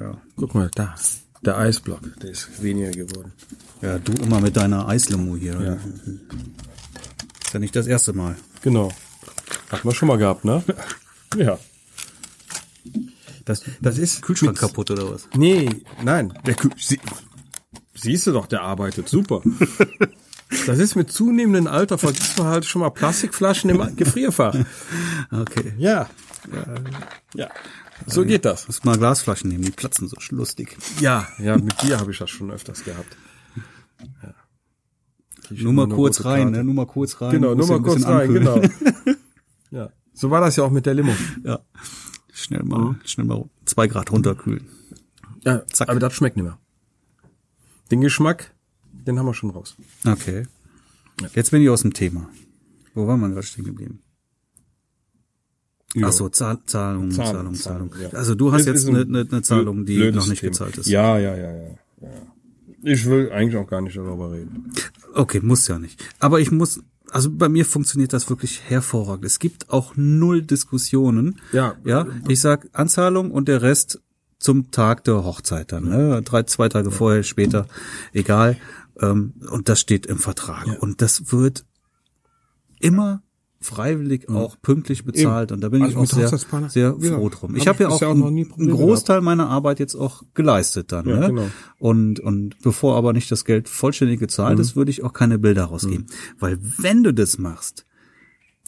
[SPEAKER 1] Ja.
[SPEAKER 2] Guck mal, da. Der Eisblock, der ist weniger geworden.
[SPEAKER 1] Ja, du immer mit deiner Eislimo hier. Ja. Ist ja nicht das erste Mal.
[SPEAKER 2] Genau. Hat man schon mal gehabt, ne? ja.
[SPEAKER 1] Das,
[SPEAKER 2] Das ist
[SPEAKER 1] Kühlschrank kaputt oder was?
[SPEAKER 2] Nee, nein. Der Kü Sie Siehst du doch, der arbeitet super. Das ist mit zunehmendem Alter, vergisst man halt schon mal Plastikflaschen im Gefrierfach.
[SPEAKER 1] Okay.
[SPEAKER 2] Ja. Äh, Ja. So geht das.
[SPEAKER 1] Muss mal Glasflaschen nehmen, die platzen so lustig.
[SPEAKER 2] Äh, Ja, ja, mit dir habe ich das schon öfters gehabt. Ja.
[SPEAKER 1] Nur mal kurz rein, ne? Nur mal kurz rein.
[SPEAKER 2] Genau, nur
[SPEAKER 1] Muss ja
[SPEAKER 2] mal
[SPEAKER 1] ein
[SPEAKER 2] kurz
[SPEAKER 1] bisschen
[SPEAKER 2] rein,
[SPEAKER 1] ankühlen.
[SPEAKER 2] genau. Ja. So war das ja auch mit der Limo.
[SPEAKER 1] Ja. Schnell mal,
[SPEAKER 2] Mhm.
[SPEAKER 1] schnell mal zwei Grad runterkühlen.
[SPEAKER 2] Ja,
[SPEAKER 1] Zack.
[SPEAKER 2] Aber das schmeckt nicht mehr. Den Geschmack, den haben wir schon raus.
[SPEAKER 1] Okay. Jetzt bin ich aus dem Thema. Wo war man gerade stehen geblieben? Ach so, Zahl, Zahlung, Zahlung, Zahlung.
[SPEAKER 2] ja.
[SPEAKER 1] Also du hast
[SPEAKER 2] Es
[SPEAKER 1] jetzt
[SPEAKER 2] ist ein
[SPEAKER 1] eine, eine, eine Zahlung, die
[SPEAKER 2] blödes
[SPEAKER 1] noch nicht
[SPEAKER 2] Thema.
[SPEAKER 1] gezahlt ist.
[SPEAKER 2] Ja, ja, ja, ja, ja. Ich will eigentlich auch gar nicht darüber reden.
[SPEAKER 1] Okay, muss ja nicht. Aber ich muss, also bei mir funktioniert das wirklich hervorragend. Es gibt auch null Diskussionen.
[SPEAKER 2] Ja.
[SPEAKER 1] Ja, ich sag Anzahlung und der Rest zum Tag der Hochzeit dann, ne? Drei, zwei Tage vorher, später, egal. Ähm, und das steht im Vertrag. Und das wird immer freiwillig auch pünktlich bezahlt und da bin
[SPEAKER 2] Also
[SPEAKER 1] ich auch
[SPEAKER 2] mit
[SPEAKER 1] sehr,
[SPEAKER 2] Hochzeitsplaner,
[SPEAKER 1] sehr
[SPEAKER 2] wie gesagt,
[SPEAKER 1] froh drum. Ich habe
[SPEAKER 2] hab ich
[SPEAKER 1] ja auch
[SPEAKER 2] bisher auch
[SPEAKER 1] einen
[SPEAKER 2] noch nie
[SPEAKER 1] einen
[SPEAKER 2] Probleme
[SPEAKER 1] Großteil meiner Arbeit jetzt auch geleistet dann. ne?
[SPEAKER 2] genau.
[SPEAKER 1] und, und bevor aber nicht das Geld vollständig gezahlt ist,
[SPEAKER 2] Mhm.
[SPEAKER 1] würde ich auch keine Bilder rausgeben. Weil wenn du das machst,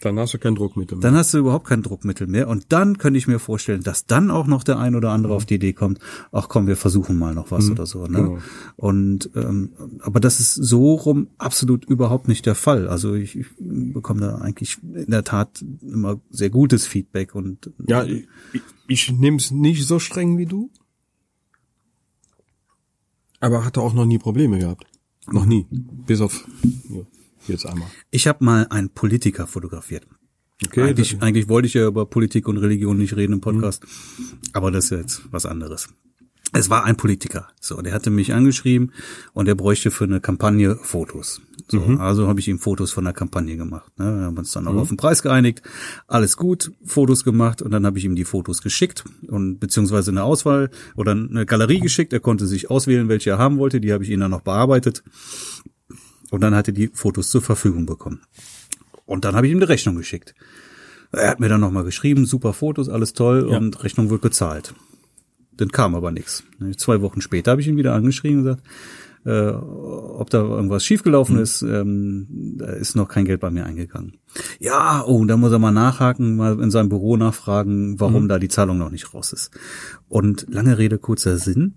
[SPEAKER 2] Dann hast du keinen Druck mit dem.
[SPEAKER 1] dann hast du überhaupt kein Druckmittel mehr. Und dann könnte ich mir vorstellen, dass dann auch noch der ein oder andere auf die Idee kommt, ach komm, wir versuchen mal noch was oder so. Ne?
[SPEAKER 2] Mhm. Genau.
[SPEAKER 1] Und ähm, aber das ist so rum absolut überhaupt nicht der Fall. Also ich, ich bekomme da eigentlich in der Tat immer sehr gutes Feedback und
[SPEAKER 2] ja, ich, ich- ich nehm's nicht so streng wie du. Aber hatte auch noch nie Probleme gehabt. Noch nie. Bis auf ja, jetzt einmal.
[SPEAKER 1] ich habe mal einen Politiker fotografiert. eigentlich, eigentlich wollte ich ja über Politik und Religion nicht reden im Podcast, aber das ist ja jetzt was anderes. Es war ein Politiker, so, der hatte mich angeschrieben und er bräuchte für eine Kampagne Fotos. So, Also habe ich ihm Fotos von der Kampagne gemacht. Ne? Wir haben uns dann auch auf den Preis geeinigt, alles gut, Fotos gemacht und dann habe ich ihm die Fotos geschickt und beziehungsweise eine Auswahl oder eine Galerie geschickt. Er konnte sich auswählen, welche er haben wollte. Die habe ich ihm dann noch bearbeitet und dann hat er die Fotos zur Verfügung bekommen. Und dann habe ich ihm eine Rechnung geschickt. Er hat mir dann nochmal geschrieben, super Fotos, alles toll
[SPEAKER 2] Ja.
[SPEAKER 1] und Rechnung wird bezahlt. Dann kam aber nichts. Zwei Wochen später habe ich ihn wieder angeschrieben und gesagt, äh, ob da irgendwas schiefgelaufen ist, ähm, da ist noch kein Geld bei mir eingegangen. Ja, oh, da muss er mal nachhaken, mal in seinem Büro nachfragen, warum da die Zahlung noch nicht raus ist. Und lange Rede, kurzer Sinn,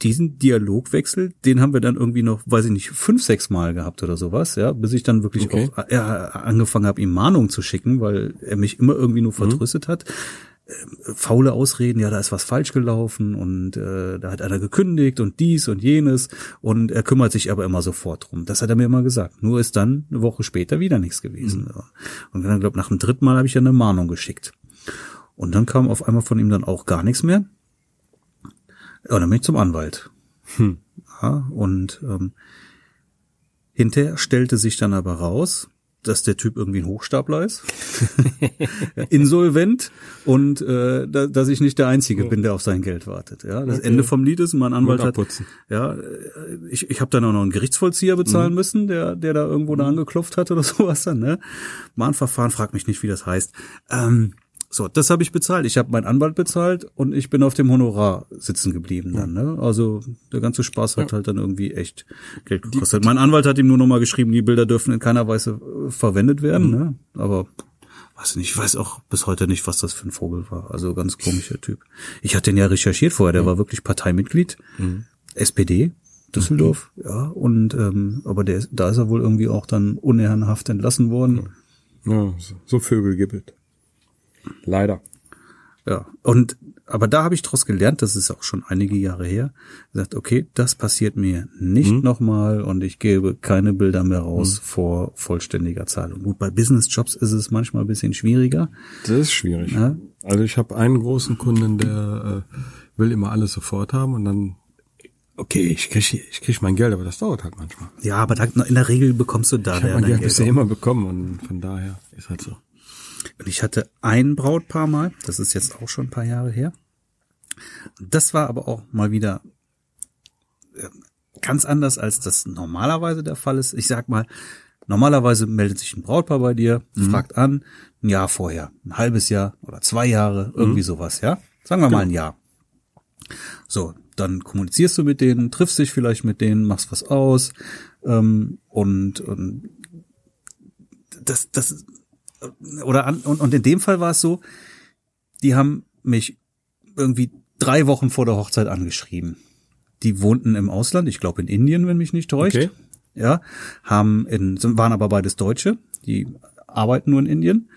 [SPEAKER 1] diesen Dialogwechsel, den haben wir dann irgendwie noch, weiß ich nicht, fünf, sechs Mal gehabt oder sowas, ja, bis ich dann wirklich
[SPEAKER 2] Okay.
[SPEAKER 1] auch äh, angefangen habe, ihm Mahnungen zu schicken, weil er mich immer irgendwie nur vertröstet hat. Ähm, Faule Ausreden, ja, da ist was falsch gelaufen und äh, da hat einer gekündigt und dies und jenes und er kümmert sich aber immer sofort drum. Das hat er mir immer gesagt. Nur ist dann eine Woche später wieder nichts gewesen. Und dann glaube nach dem dritten Mal habe ich ja eine Mahnung geschickt. Und dann kam auf einmal von ihm dann auch gar nichts mehr. Ja, dann bin ich zum Anwalt. Ja, und ähm, hinterher stellte sich dann aber raus, dass der Typ irgendwie ein Hochstapler ist, insolvent und äh, da, dass ich nicht der Einzige bin, der auf sein Geld wartet. Ja, das Ende vom Lied ist, mein Anwalt
[SPEAKER 2] Mund
[SPEAKER 1] hat,
[SPEAKER 2] abputzen.
[SPEAKER 1] ja, ich, ich habe dann auch noch einen Gerichtsvollzieher bezahlen müssen, der, der da irgendwo da angeklopft hat oder sowas dann, ne? Mahnverfahren, frag mich nicht, wie das heißt. Ähm, so, das habe ich bezahlt. Ich habe meinen Anwalt bezahlt und ich bin auf dem Honorar sitzen geblieben dann, ne? Also der ganze Spaß hat halt dann irgendwie echt Geld gekostet. mein Anwalt hat ihm nur nochmal geschrieben, die Bilder dürfen in keiner Weise äh, verwendet werden, ne? Aber weiß nicht, ich weiß auch bis heute nicht, was das für ein Vogel war. Also ganz komischer Typ. Ich hatte den ja recherchiert vorher,
[SPEAKER 2] Mhm.
[SPEAKER 1] der war wirklich Parteimitglied. SPD, Düsseldorf,
[SPEAKER 2] Mhm.
[SPEAKER 1] ja, und ähm, aber der ist, da ist er wohl irgendwie auch dann unehrenhaft entlassen worden.
[SPEAKER 2] Ja, so, so Vögel gibbelt. Leider.
[SPEAKER 1] Ja, und aber da habe ich daraus gelernt, das ist auch schon einige Jahre her, gesagt, okay, das passiert mir nicht
[SPEAKER 2] Mhm.
[SPEAKER 1] nochmal und ich gebe keine Bilder mehr raus vor vollständiger Zahlung. Gut, bei Business Jobs ist es manchmal ein bisschen schwieriger.
[SPEAKER 2] Das ist schwierig.
[SPEAKER 1] Ja.
[SPEAKER 2] Also ich habe einen großen Kunden, der äh, will immer alles sofort haben und dann okay, ich krieg ich krieg mein Geld, aber das dauert halt manchmal.
[SPEAKER 1] Ja, aber da, in der Regel bekommst du da
[SPEAKER 2] Ich habe mein
[SPEAKER 1] dein
[SPEAKER 2] Geld
[SPEAKER 1] Geld
[SPEAKER 2] bisher
[SPEAKER 1] auch.
[SPEAKER 2] immer bekommen und von daher ist halt so.
[SPEAKER 1] Und ich hatte ein Brautpaar mal, das ist jetzt auch schon ein paar Jahre her. Das war aber auch mal wieder äh, ganz anders, als das normalerweise der Fall ist. Ich sag mal, normalerweise meldet sich ein Brautpaar bei dir, fragt an, ein Jahr vorher, ein halbes Jahr oder zwei Jahre, irgendwie sowas, ja? Sagen wir mal ein Jahr. So, dann kommunizierst du mit denen, triffst dich vielleicht mit denen, machst was aus ähm, und, und das, das oder an, und, und in dem Fall war es so, die haben mich irgendwie drei Wochen vor der Hochzeit angeschrieben. Die wohnten im Ausland, ich glaube in Indien, wenn mich nicht täuscht.
[SPEAKER 2] Okay.
[SPEAKER 1] Ja, haben in, sind- waren aber beides Deutsche, die arbeiten nur in Indien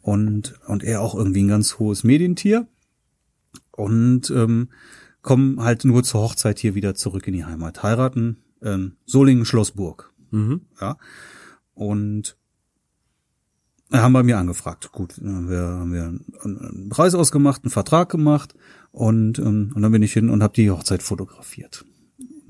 [SPEAKER 1] und, und er auch irgendwie ein ganz hohes Medientier und ähm, kommen halt nur zur Hochzeit hier wieder zurück in die Heimat. Heiraten in Solingen-Schlossburg. Ja. Und da haben bei mir angefragt. Gut, dann haben wir, haben wir einen, einen Preis ausgemacht, einen Vertrag gemacht und, ähm, und dann bin ich hin und habe die Hochzeit fotografiert.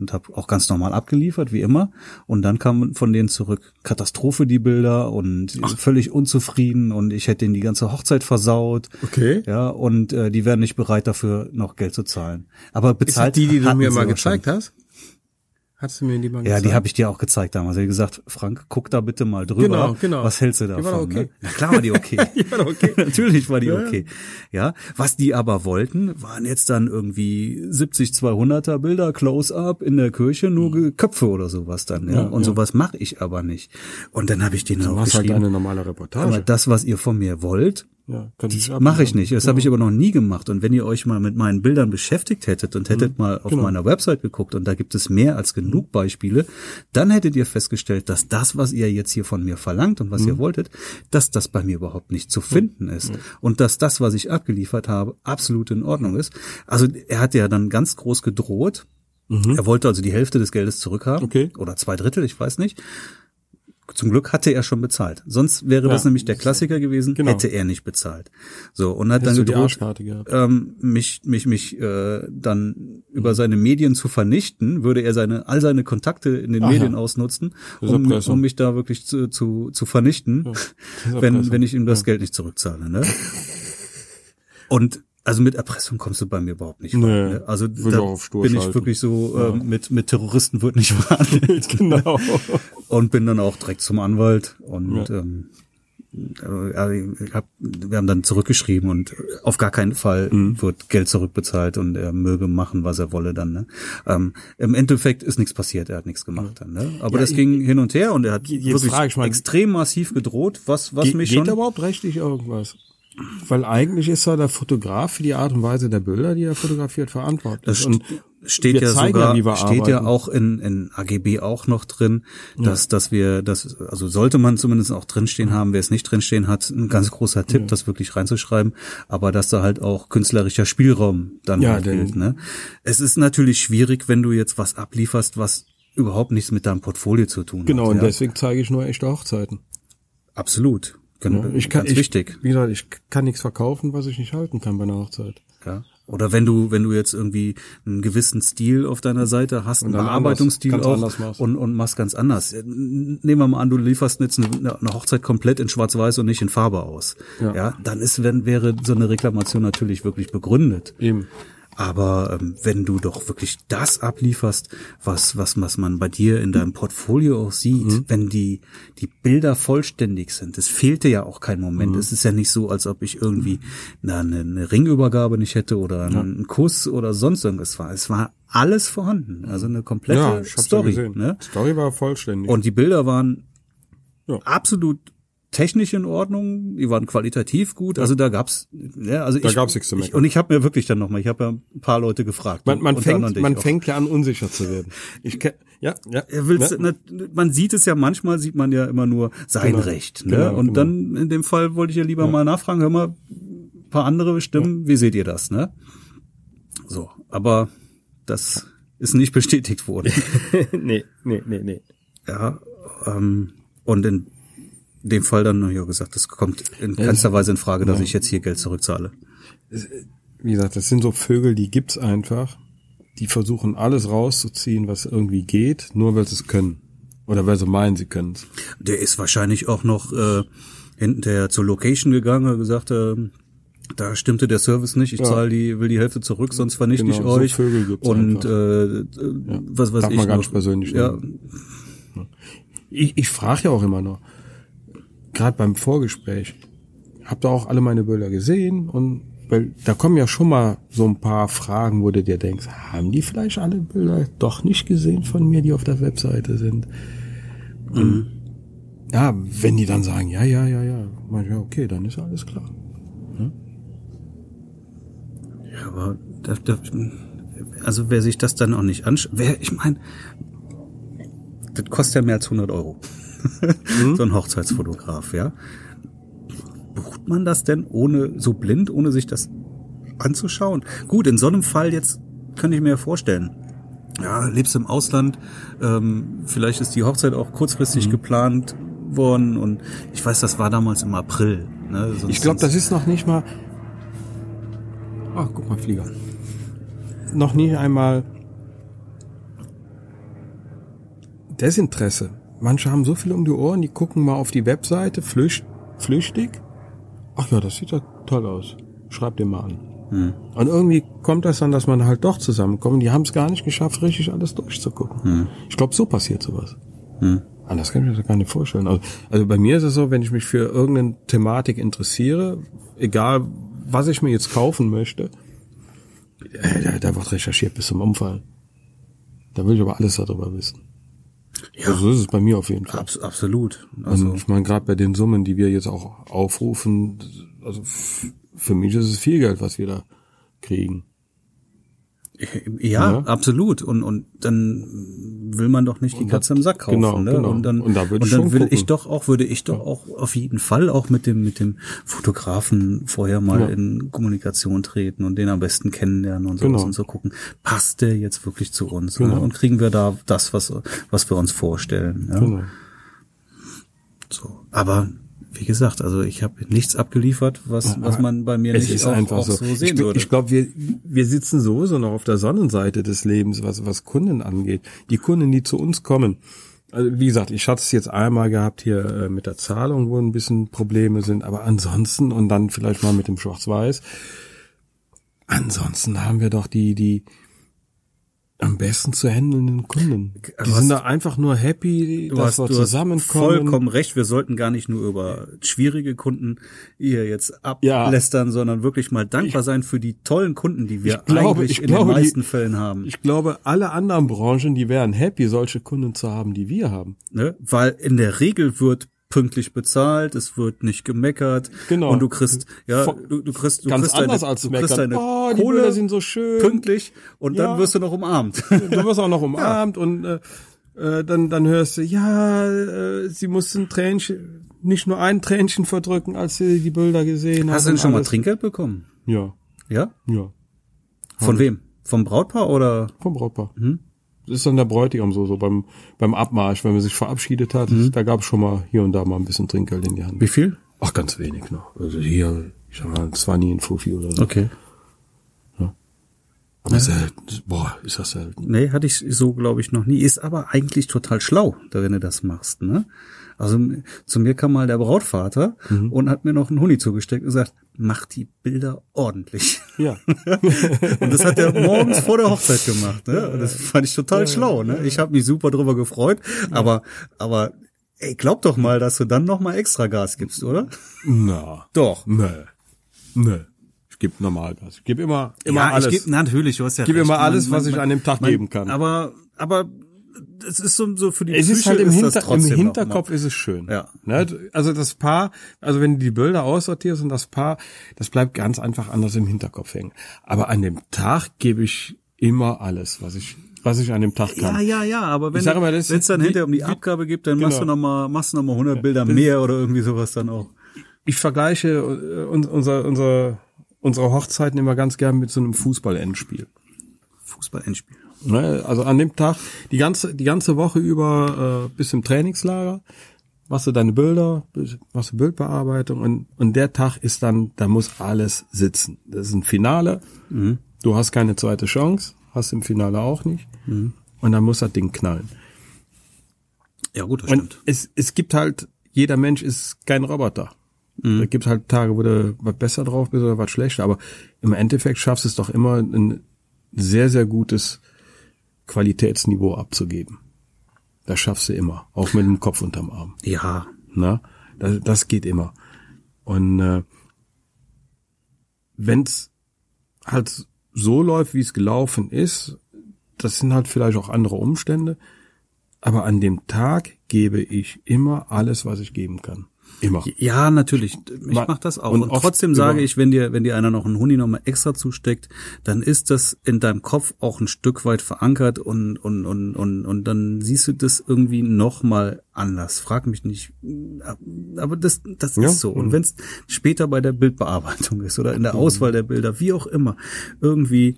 [SPEAKER 1] Und habe auch ganz normal abgeliefert, wie immer. Und dann kamen von denen zurück Katastrophe die Bilder und völlig unzufrieden und ich hätte denen die ganze Hochzeit versaut.
[SPEAKER 2] Okay.
[SPEAKER 1] Ja, und äh, die wären nicht bereit dafür, noch Geld zu zahlen. Aber
[SPEAKER 2] Ist halt
[SPEAKER 1] bezahlt
[SPEAKER 2] die, die du
[SPEAKER 1] hatten
[SPEAKER 2] mir
[SPEAKER 1] sie
[SPEAKER 2] mal
[SPEAKER 1] aber
[SPEAKER 2] gezeigt hast? Hast du mir die mal
[SPEAKER 1] ja,
[SPEAKER 2] gezeigt?
[SPEAKER 1] die habe ich dir auch gezeigt damals. Ich hab gesagt, Frank, guck da bitte mal drüber.
[SPEAKER 2] Genau, genau.
[SPEAKER 1] Was hältst du
[SPEAKER 2] Die war
[SPEAKER 1] davon?
[SPEAKER 2] doch okay.
[SPEAKER 1] ne? Na klar war die okay.
[SPEAKER 2] Die war doch okay.
[SPEAKER 1] Natürlich war die
[SPEAKER 2] Ja, ja.
[SPEAKER 1] okay. Ja, was die aber wollten, waren jetzt dann irgendwie 70 200er Bilder Close-up in der Kirche, nur
[SPEAKER 2] Mhm.
[SPEAKER 1] Ge- Köpfe oder sowas dann, ja? und sowas mache ich aber nicht. Und dann habe ich denen
[SPEAKER 2] Du
[SPEAKER 1] auch
[SPEAKER 2] machst halt
[SPEAKER 1] geschrieben,
[SPEAKER 2] eine normale
[SPEAKER 1] aber
[SPEAKER 2] Reportage.
[SPEAKER 1] das was ihr von mir wollt,
[SPEAKER 2] Ja, kann ich
[SPEAKER 1] Mache ich nicht. Das habe ich aber noch nie gemacht. Und wenn ihr euch mal mit meinen Bildern beschäftigt hättet und hättet
[SPEAKER 2] Mhm.
[SPEAKER 1] mal auf
[SPEAKER 2] Genau.
[SPEAKER 1] meiner Website geguckt und da gibt es mehr als genug Beispiele, dann hättet ihr festgestellt, dass das, was ihr jetzt hier von mir verlangt und was
[SPEAKER 2] Mhm.
[SPEAKER 1] ihr wolltet, dass das bei mir überhaupt nicht zu finden ist. Und dass das, was ich abgeliefert habe, absolut in Ordnung ist. Also er hat ja dann ganz groß gedroht. Er wollte also die Hälfte des Geldes zurückhaben.
[SPEAKER 2] Mhm. Okay.
[SPEAKER 1] Oder zwei Drittel, ich weiß nicht. Zum Glück hatte er schon bezahlt. Sonst wäre
[SPEAKER 2] Ja,
[SPEAKER 1] das nämlich der Klassiker gewesen,
[SPEAKER 2] Genau.
[SPEAKER 1] hätte er nicht bezahlt. So, und hat
[SPEAKER 2] Hast du
[SPEAKER 1] dann
[SPEAKER 2] die
[SPEAKER 1] gedroht,
[SPEAKER 2] Arschkarte gehabt.
[SPEAKER 1] ähm, mich, mich, mich äh, dann
[SPEAKER 2] Mhm.
[SPEAKER 1] über seine Medien zu vernichten, würde er seine, all seine Kontakte in den
[SPEAKER 2] Aha.
[SPEAKER 1] Medien ausnutzen,
[SPEAKER 2] ist
[SPEAKER 1] um,
[SPEAKER 2] Erpressung.
[SPEAKER 1] um mich da wirklich zu, zu, zu vernichten,
[SPEAKER 2] ist
[SPEAKER 1] wenn,
[SPEAKER 2] Erpressung.
[SPEAKER 1] wenn ich ihm das Geld nicht zurückzahle. Ne? und also mit Erpressung kommst du bei mir überhaupt nicht
[SPEAKER 2] Nee,
[SPEAKER 1] ne? Also
[SPEAKER 2] würde
[SPEAKER 1] da
[SPEAKER 2] ich auch auf Stur
[SPEAKER 1] bin ich
[SPEAKER 2] schalten.
[SPEAKER 1] wirklich so, äh, mit, mit Terroristen wird nicht verhandelt
[SPEAKER 2] genau.
[SPEAKER 1] und bin dann auch direkt zum Anwalt und ähm, äh, also ich hab, wir haben dann zurückgeschrieben und auf gar keinen Fall
[SPEAKER 2] Mhm.
[SPEAKER 1] wird Geld zurückbezahlt und er möge machen, was er wolle dann. Ne? Ähm, Im Endeffekt ist nichts passiert, er hat nichts gemacht dann. Ne? Aber das
[SPEAKER 2] ich-
[SPEAKER 1] ging hin und her und er hat
[SPEAKER 2] Jetzt
[SPEAKER 1] wirklich
[SPEAKER 2] frag ich mal-
[SPEAKER 1] extrem massiv gedroht, was, was
[SPEAKER 2] Ge
[SPEAKER 1] mich
[SPEAKER 2] geht
[SPEAKER 1] schon.
[SPEAKER 2] überhaupt rechtlich irgendwas? Weil eigentlich ist ja der Fotograf für die Art und Weise der Bilder, die er fotografiert, verantwortlich.
[SPEAKER 1] Das
[SPEAKER 2] und
[SPEAKER 1] steht
[SPEAKER 2] wir
[SPEAKER 1] ja
[SPEAKER 2] zeigen ja,
[SPEAKER 1] sogar,
[SPEAKER 2] wie wir
[SPEAKER 1] steht ja
[SPEAKER 2] arbeiten.
[SPEAKER 1] auch in, in AGB auch noch drin, dass, dass wir, das, also sollte man zumindest auch drinstehen haben, wer es nicht drinstehen hat, ein ganz großer Tipp, das wirklich reinzuschreiben, aber dass da halt auch künstlerischer Spielraum dann
[SPEAKER 2] Ja,
[SPEAKER 1] halt
[SPEAKER 2] denn-
[SPEAKER 1] gilt, ne? Es ist natürlich schwierig, wenn du jetzt was ablieferst, was überhaupt nichts mit deinem Portfolio zu tun
[SPEAKER 2] genau,
[SPEAKER 1] hat.
[SPEAKER 2] und
[SPEAKER 1] ja.
[SPEAKER 2] deswegen zeige ich nur echte Hochzeiten.
[SPEAKER 1] Absolut. Genau,
[SPEAKER 2] Ich kann,
[SPEAKER 1] ganz
[SPEAKER 2] ich,
[SPEAKER 1] wichtig.
[SPEAKER 2] Wie gesagt, ich kann nichts verkaufen, was ich nicht halten kann bei einer Hochzeit.
[SPEAKER 1] Ja. Oder wenn du, wenn du jetzt irgendwie einen gewissen Stil auf deiner Seite hast, einen
[SPEAKER 2] dann anders,
[SPEAKER 1] Bearbeitungsstil
[SPEAKER 2] ganz
[SPEAKER 1] auch
[SPEAKER 2] anders machst.
[SPEAKER 1] und, und machst ganz anders. Äh, Nehmen wir mal an, du lieferst jetzt eine, eine Hochzeit komplett in Schwarz-Weiß und nicht in Farbe aus. Ja. dann ist, wenn, wäre so eine Reklamation natürlich wirklich begründet.
[SPEAKER 2] Eben.
[SPEAKER 1] Aber ähm, wenn du doch wirklich das ablieferst, was, was, was man bei dir in deinem Portfolio auch sieht, wenn die, die Bilder vollständig sind, es fehlte ja auch kein Moment. Es ist ja nicht so, als ob ich irgendwie na, eine, eine Ringübergabe nicht hätte oder einen Kuss oder sonst irgendwas war. Es war alles vorhanden. Also eine komplette Story. ne?
[SPEAKER 2] Story war vollständig.
[SPEAKER 1] Und die Bilder waren
[SPEAKER 2] Ja.
[SPEAKER 1] absolut technisch in Ordnung, die waren qualitativ gut, also da gab's ja, also
[SPEAKER 2] Da
[SPEAKER 1] ich,
[SPEAKER 2] gab's nichts zu
[SPEAKER 1] ich,
[SPEAKER 2] meckern.
[SPEAKER 1] und ich habe mir wirklich dann nochmal, ich habe ja ein paar Leute gefragt.
[SPEAKER 2] man man
[SPEAKER 1] unter anderem
[SPEAKER 2] fängt,
[SPEAKER 1] dich
[SPEAKER 2] man
[SPEAKER 1] auch.
[SPEAKER 2] fängt ja an, unsicher zu werden. Ich kenn, ja, ja.
[SPEAKER 1] Er will's,
[SPEAKER 2] ne?
[SPEAKER 1] na, man sieht es ja manchmal, sieht man ja immer nur sein Recht. Ne?
[SPEAKER 2] Genau,
[SPEAKER 1] und
[SPEAKER 2] genau.
[SPEAKER 1] dann in dem Fall wollte ich ja lieber mal nachfragen, hör mal, paar andere Stimmen. Wie seht ihr das, ne? So, aber das ist nicht bestätigt worden.
[SPEAKER 3] nee, nee, nee, nee.
[SPEAKER 1] Ja, ähm, und in dem Fall dann, ja gesagt, das kommt in keinster Weise in Frage, dass ich jetzt hier Geld zurückzahle.
[SPEAKER 2] Wie gesagt, das sind so Vögel, die gibt's einfach. Die versuchen alles rauszuziehen, was irgendwie geht, nur weil sie es können. Oder weil sie meinen, sie können's.
[SPEAKER 1] Der ist wahrscheinlich auch noch äh, hinterher zur Location gegangen und gesagt, ähm, da stimmte der Service nicht, ich
[SPEAKER 2] Ja.
[SPEAKER 1] zahle die, will die Hälfte zurück, sonst vernichte
[SPEAKER 2] Genau,
[SPEAKER 1] ich
[SPEAKER 2] so
[SPEAKER 1] euch.
[SPEAKER 2] Vögel gibt's
[SPEAKER 1] und
[SPEAKER 2] einfach.
[SPEAKER 1] äh, äh, was weiß
[SPEAKER 2] darf
[SPEAKER 1] ich.
[SPEAKER 2] man gar
[SPEAKER 1] noch.
[SPEAKER 2] nicht persönlich
[SPEAKER 1] ja,
[SPEAKER 2] nehmen. Ich, ich frage ja auch immer noch, gerade beim Vorgespräch, habt ihr auch alle meine Bilder gesehen? Und weil da kommen ja schon mal so ein paar Fragen, wo du dir denkst, haben die vielleicht alle Bilder doch nicht gesehen von mir, die auf der Webseite sind? Und, Ja, wenn die dann sagen, ja, ja, ja, ja, mach ich, ja, okay, dann ist alles klar.
[SPEAKER 1] Ja, aber da, da, also wer sich das dann auch nicht anschaut, wer, ich meine, das kostet ja mehr als 100 Euro. so ein Hochzeitsfotograf, ja. Bucht man das denn ohne, so blind, ohne sich das anzuschauen? Gut, in so einem Fall jetzt könnte ich mir ja vorstellen. Ja, lebst im Ausland, ähm, vielleicht ist die Hochzeit auch kurzfristig geplant worden und ich weiß, das war damals im April. Ne? Sonst-
[SPEAKER 2] Ich glaube, das ist noch nicht mal. Ach, guck mal, Flieger. Noch nie einmal Desinteresse. Manche haben so viel um die Ohren, die gucken mal auf die Webseite, flücht, flüchtig. Ach ja, das sieht ja toll aus. Schreib dir mal an. Und irgendwie kommt das dann, dass man halt doch zusammenkommt. Die haben es gar nicht geschafft, richtig alles durchzugucken. Ich glaube, so passiert sowas. Anders kann ich mir das gar nicht vorstellen. Also, also bei mir ist es so, wenn ich mich für irgendeine Thematik interessiere, egal was ich mir jetzt kaufen möchte, äh, da, da wird recherchiert bis zum Umfallen. Da will ich aber alles darüber wissen. Ja. Also so ist es bei mir auf jeden Fall.
[SPEAKER 1] Abs absolut.
[SPEAKER 2] Also ich meine, gerade bei den Summen, die wir jetzt auch aufrufen, also f- für mich ist es viel Geld, was wir da kriegen.
[SPEAKER 1] Ja,
[SPEAKER 2] Ja.
[SPEAKER 1] absolut. Und, und dann will man doch nicht die Katze im Sack kaufen.
[SPEAKER 2] genau,
[SPEAKER 1] ne?
[SPEAKER 2] genau.
[SPEAKER 1] Und dann,
[SPEAKER 2] Und da würde ich
[SPEAKER 1] dann
[SPEAKER 2] schon
[SPEAKER 1] will
[SPEAKER 2] gucken.
[SPEAKER 1] ich doch auch, würde ich doch auch auf jeden Fall auch mit dem, mit dem Fotografen vorher mal
[SPEAKER 2] Ja.
[SPEAKER 1] in Kommunikation treten und den am besten kennenlernen und so
[SPEAKER 2] Genau.
[SPEAKER 1] und so gucken, passt der jetzt wirklich zu uns? Ne?
[SPEAKER 2] Genau.
[SPEAKER 1] Und kriegen wir da das, was, was wir uns vorstellen? Ja?
[SPEAKER 2] Genau.
[SPEAKER 1] So. Aber wie gesagt, also ich habe nichts abgeliefert, was, was man bei mir
[SPEAKER 2] es
[SPEAKER 1] nicht
[SPEAKER 2] ist
[SPEAKER 1] auch,
[SPEAKER 2] einfach
[SPEAKER 1] auch
[SPEAKER 2] so.
[SPEAKER 1] so. sehen
[SPEAKER 2] ich gl-
[SPEAKER 1] würde.
[SPEAKER 2] ich glaube, wir, wir sitzen sowieso noch auf der Sonnenseite des Lebens, was, was Kunden angeht. Die Kunden, die zu uns kommen. Also wie gesagt, ich hatte es jetzt einmal gehabt hier äh, mit der Zahlung, wo ein bisschen Probleme sind, aber ansonsten und dann vielleicht mal mit dem Schwarz-Weiß. Ansonsten haben wir doch die, die am besten zu handelnden Kunden.
[SPEAKER 1] Du
[SPEAKER 2] Die
[SPEAKER 1] hast-
[SPEAKER 2] sind da einfach nur happy,
[SPEAKER 1] Du
[SPEAKER 2] dass
[SPEAKER 1] hast,
[SPEAKER 2] wir
[SPEAKER 1] du hast
[SPEAKER 2] zusammenkommen.
[SPEAKER 1] vollkommen recht. Wir sollten gar nicht nur über schwierige Kunden hier jetzt
[SPEAKER 2] Ja.
[SPEAKER 1] ablästern, sondern wirklich mal dankbar sein für die tollen Kunden, die wir
[SPEAKER 2] Ich glaube-
[SPEAKER 1] eigentlich
[SPEAKER 2] ich
[SPEAKER 1] in
[SPEAKER 2] glaube,
[SPEAKER 1] den
[SPEAKER 2] die-
[SPEAKER 1] meisten Fällen haben.
[SPEAKER 2] Ich glaube, alle anderen Branchen, die wären happy, solche Kunden zu haben, die wir haben.
[SPEAKER 1] ne? Weil in der Regel wird pünktlich bezahlt, es wird nicht gemeckert.
[SPEAKER 2] Genau.
[SPEAKER 1] Und du kriegst, ja,
[SPEAKER 2] Von-
[SPEAKER 1] du, du kriegst, du
[SPEAKER 2] Ganz
[SPEAKER 1] kriegst
[SPEAKER 2] anders
[SPEAKER 1] deine,
[SPEAKER 2] als
[SPEAKER 1] du kriegst
[SPEAKER 2] meckern.
[SPEAKER 1] deine
[SPEAKER 2] Oh, die
[SPEAKER 1] Kohle
[SPEAKER 2] Bilder sind so schön.
[SPEAKER 1] pünktlich und
[SPEAKER 2] Ja. Genau.
[SPEAKER 1] dann wirst du noch umarmt.
[SPEAKER 2] Du wirst auch noch umarmt und äh, äh, dann, dann hörst du, ja, äh, sie mussten Tränchen, nicht nur ein Tränchen verdrücken, als sie die Bilder gesehen haben.
[SPEAKER 1] Hast du denn schon mal
[SPEAKER 2] alles.
[SPEAKER 1] Trinkgeld bekommen?
[SPEAKER 2] Ja,
[SPEAKER 1] Ja?
[SPEAKER 2] ja,
[SPEAKER 1] Von wem? Vom Brautpaar oder?
[SPEAKER 2] vom Brautpaar. Das ist dann der Bräutigam so, so beim, beim Abmarsch, wenn man sich verabschiedet hat, da gab es schon mal hier und da mal ein bisschen Trinkgeld in die Hand.
[SPEAKER 1] Wie viel?
[SPEAKER 2] Ach, ganz wenig noch. Also hier, ich sag mal, 20 in Fuffi oder so.
[SPEAKER 1] Okay.
[SPEAKER 2] Aber selten. Boah, ist das selten.
[SPEAKER 1] Nee, hatte ich so, glaube ich, noch nie. Ist aber eigentlich total schlau, da wenn du das machst. Ne? Also m- zu mir kam mal der Brautvater
[SPEAKER 2] Mhm.
[SPEAKER 1] und hat mir noch einen Huni zugesteckt und gesagt, mach die Bilder ordentlich.
[SPEAKER 2] Ja.
[SPEAKER 1] Und das hat er morgens vor der Hochzeit gemacht. Ne? Und das fand ich total schlau. Ne? Ich habe mich super drüber gefreut. Aber, aber ey, glaub doch mal, dass du dann noch mal extra Gas gibst, oder?
[SPEAKER 2] Na.
[SPEAKER 1] Doch.
[SPEAKER 2] Nö. Nö. Ich gebe Normalgas. Ich gebe immer, immer alles.
[SPEAKER 1] Ich geb, na, natürlich, du hast ja
[SPEAKER 2] Gib
[SPEAKER 1] recht.
[SPEAKER 2] immer alles, was ich an dem Tag geben kann.
[SPEAKER 1] Aber, aber es ist so, so für die
[SPEAKER 2] es ist
[SPEAKER 1] Psyche
[SPEAKER 2] halt im,
[SPEAKER 1] das
[SPEAKER 2] Hinter im
[SPEAKER 1] trotzdem noch mal-
[SPEAKER 2] Hinterkopf ist es schön.
[SPEAKER 1] Ja.
[SPEAKER 2] Ne? Also das Paar, also wenn du die Bilder aussortierst und das Paar, das bleibt ganz einfach anders im Hinterkopf hängen. Aber an dem Tag gebe ich immer alles, was ich, was ich an dem Tag kann.
[SPEAKER 1] Ja, ja, ja, aber wenn
[SPEAKER 2] sag immer,
[SPEAKER 1] es
[SPEAKER 2] das ist
[SPEAKER 1] dann
[SPEAKER 2] wie-
[SPEAKER 1] hinterher um die Abgabe geht, dann machst du
[SPEAKER 2] Genau.
[SPEAKER 1] nochmal noch mal- machst du noch mal 100 Bilder mehr oder irgendwie sowas dann auch.
[SPEAKER 2] ich vergleiche äh, un- unser, unser, unsere Hochzeiten immer ganz gern mit so einem Fußball-Endspiel.
[SPEAKER 1] Fußball-Endspiel.
[SPEAKER 2] Ne? Also an dem Tag, die ganze, die ganze Woche über äh, bis zum Trainingslager, machst du deine Bilder, machst du Bildbearbeitung und, und der Tag ist dann, da muss alles sitzen. Das ist ein Finale, du hast keine zweite Chance, hast im Finale auch nicht und dann muss das Ding knallen.
[SPEAKER 1] Ja, gut, das
[SPEAKER 2] Und
[SPEAKER 1] stimmt.
[SPEAKER 2] es, es gibt halt, jeder Mensch ist kein Roboter. Da gibt halt Tage, wo du was besser drauf bist oder was schlechter, aber im Endeffekt schaffst du es doch immer, ein sehr, sehr gutes Qualitätsniveau abzugeben. Das schaffst du immer, auch mit dem Kopf unterm Arm.
[SPEAKER 1] Ja.
[SPEAKER 2] Na, Ne? das, das geht immer. Und äh, wenn's halt so läuft, wie es gelaufen ist, das sind halt vielleicht auch andere Umstände, aber an dem Tag gebe ich immer alles, was ich geben kann. Immer.
[SPEAKER 1] Ja, natürlich. Ich
[SPEAKER 2] Ma-
[SPEAKER 1] mach das auch.
[SPEAKER 2] und
[SPEAKER 1] Und,
[SPEAKER 2] oft
[SPEAKER 1] trotzdem
[SPEAKER 2] über-
[SPEAKER 1] sage ich, wenn dir, wenn dir einer noch einen Huni nochmal extra zusteckt, dann ist das in deinem Kopf auch ein Stück weit verankert und, und, und, und, und dann siehst du das irgendwie nochmal anders. Frag mich nicht. Aber das, das
[SPEAKER 2] Ja. hm.
[SPEAKER 1] ist so. Und wenn es später bei der Bildbearbeitung ist oder in der Auswahl der Bilder, wie auch immer, irgendwie,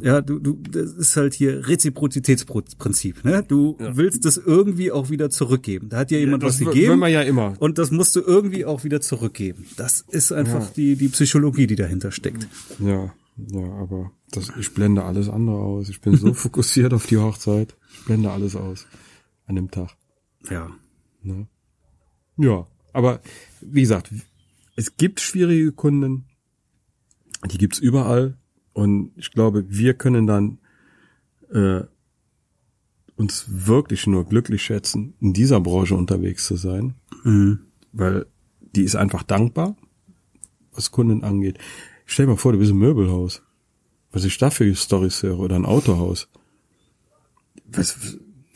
[SPEAKER 1] ja. du, du, das ist halt hier Reziprozitätsprinzip, ne? Du willst das irgendwie auch wieder zurückgeben. Da hat dir jemand was
[SPEAKER 2] das w-
[SPEAKER 1] gegeben.
[SPEAKER 2] will man ja immer.
[SPEAKER 1] Und das musst du irgendwie auch wieder zurückgeben. Das ist einfach die, die Psychologie, die dahinter steckt.
[SPEAKER 2] Ja, ja, aber das, ich blende alles andere aus. Ich bin so fokussiert auf die Hochzeit. Ich blende alles aus an dem Tag.
[SPEAKER 1] Ja.
[SPEAKER 2] Ja, aber wie gesagt, es gibt schwierige Kunden, die gibt's überall und ich glaube, wir können dann äh, uns wirklich nur glücklich schätzen, in dieser Branche unterwegs zu sein, weil die ist einfach dankbar, was Kunden angeht. Stell dir mal vor, du bist ein Möbelhaus, was ich da für Storys höre oder ein Autohaus was,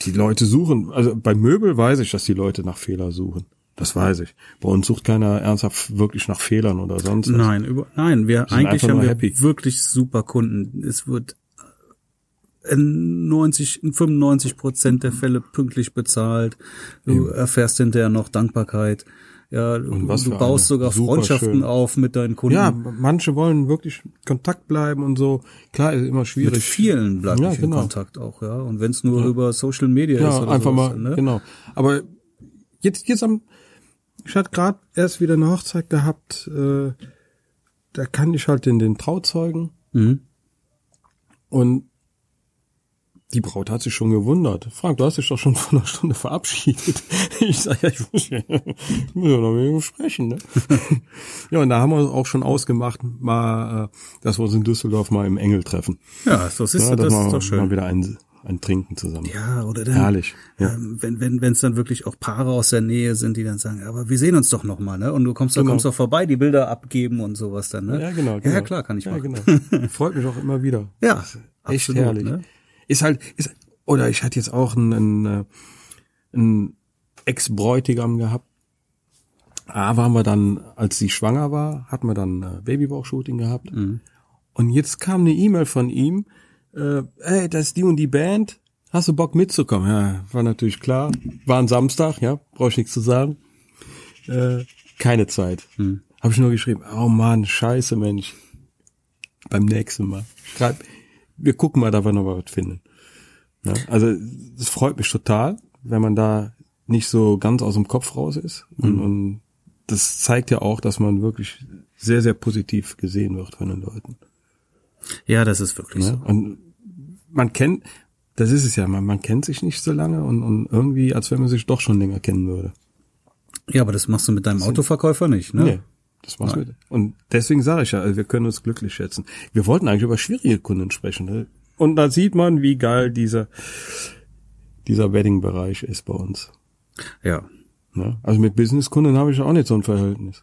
[SPEAKER 2] die Leute suchen, also bei Möbel weiß ich, dass die Leute nach Fehler suchen. Das weiß ich. Bei uns sucht keiner ernsthaft wirklich nach Fehlern oder sonst was.
[SPEAKER 1] Nein, über, nein, wir
[SPEAKER 2] sind
[SPEAKER 1] eigentlich
[SPEAKER 2] einfach
[SPEAKER 1] haben
[SPEAKER 2] nur
[SPEAKER 1] wir
[SPEAKER 2] happy.
[SPEAKER 1] wirklich super Kunden. Es wird in 90, in 95 Prozent der Fälle pünktlich bezahlt. Du erfährst hinterher noch Dankbarkeit. Ja, du,
[SPEAKER 2] was
[SPEAKER 1] du
[SPEAKER 2] für
[SPEAKER 1] baust
[SPEAKER 2] eine.
[SPEAKER 1] sogar
[SPEAKER 2] Super
[SPEAKER 1] Freundschaften
[SPEAKER 2] schön.
[SPEAKER 1] auf mit deinen Kunden.
[SPEAKER 2] Ja, manche wollen wirklich in Kontakt bleiben und so. Klar, ist immer schwierig.
[SPEAKER 1] mit vielen bleibe
[SPEAKER 2] Ja,
[SPEAKER 1] ich
[SPEAKER 2] genau.
[SPEAKER 1] in Kontakt auch, ja. Und wenn es nur über Social Media ist
[SPEAKER 2] ja,
[SPEAKER 1] oder
[SPEAKER 2] einfach
[SPEAKER 1] sowas,
[SPEAKER 2] mal,
[SPEAKER 1] ne?
[SPEAKER 2] genau. Aber jetzt, jetzt am, ich hatte gerade erst wieder eine Hochzeit gehabt, äh, da kann ich halt den, den Trauzeugen
[SPEAKER 1] Mhm.
[SPEAKER 2] Und die Braut hat sich schon gewundert. Frank, du hast dich doch schon vor einer Stunde verabschiedet. Ich sage, ja, ich muss ja, ich muss ja noch mit ihm sprechen. Ne? ja, und da haben wir auch schon ausgemacht, mal, äh, dass wir uns in Düsseldorf mal im Engel treffen.
[SPEAKER 1] Ja, so siehst
[SPEAKER 2] Ja,
[SPEAKER 1] du, das
[SPEAKER 2] wir
[SPEAKER 1] ist doch schön.
[SPEAKER 2] mal wieder ein, ein Trinken zusammen.
[SPEAKER 1] Ja, oder dann,
[SPEAKER 2] Herrlich, ja.
[SPEAKER 1] ähm, wenn wenn wenn es dann wirklich auch Paare aus der Nähe sind, die dann sagen, "Ja, aber wir sehen uns doch noch mal, ne? Und du kommst
[SPEAKER 2] Genau.
[SPEAKER 1] doch kommst doch vorbei, die Bilder abgeben und sowas dann, ne? Ja, klar, kann ich
[SPEAKER 2] ja,
[SPEAKER 1] machen.
[SPEAKER 2] Genau. Freut mich auch immer wieder.
[SPEAKER 1] Ja,
[SPEAKER 2] Das ist echt
[SPEAKER 1] absolut,
[SPEAKER 2] herrlich.
[SPEAKER 1] ne?
[SPEAKER 2] Ist halt, ist, oder ich hatte jetzt auch einen, einen, äh, einen Ex-Bräutigam gehabt. A waren wir dann, als sie schwanger war, hatten wir dann äh, Babybauch-Shooting gehabt.
[SPEAKER 1] Mhm.
[SPEAKER 2] Und jetzt kam eine E-Mail von ihm, äh, ey, das ist die und die Band, hast du Bock mitzukommen? Ja, war natürlich klar. War ein Samstag, ja, brauche ich nichts zu sagen äh, keine Zeit.
[SPEAKER 1] Mhm.
[SPEAKER 2] Habe ich nur geschrieben, oh Mann, scheiße Mensch. Beim nächsten Mal. Schreib, wir gucken mal, da wir noch was finden. Ja, also es freut mich total, wenn man da nicht so ganz aus dem Kopf raus ist. Und, und das zeigt ja auch, dass man wirklich sehr, sehr positiv gesehen wird von den Leuten.
[SPEAKER 1] Ja, das ist wirklich
[SPEAKER 2] Ja?
[SPEAKER 1] so.
[SPEAKER 2] Und man kennt, das ist es ja, man, man kennt sich nicht so lange und, und irgendwie, als wenn man sich doch schon länger kennen würde.
[SPEAKER 1] Ja, aber das machst du mit deinem Autoverkäufer nicht, ne?
[SPEAKER 2] Nee, das war's mit. Und deswegen sage ich ja, also wir können uns glücklich schätzen. Wir wollten eigentlich über schwierige Kunden sprechen. Ne? Und da sieht man, wie geil dieser, dieser Wedding-Bereich ist bei uns.
[SPEAKER 1] Ja.
[SPEAKER 2] Ne? Also mit Business-Kunden habe ich ja auch nicht so ein Verhältnis.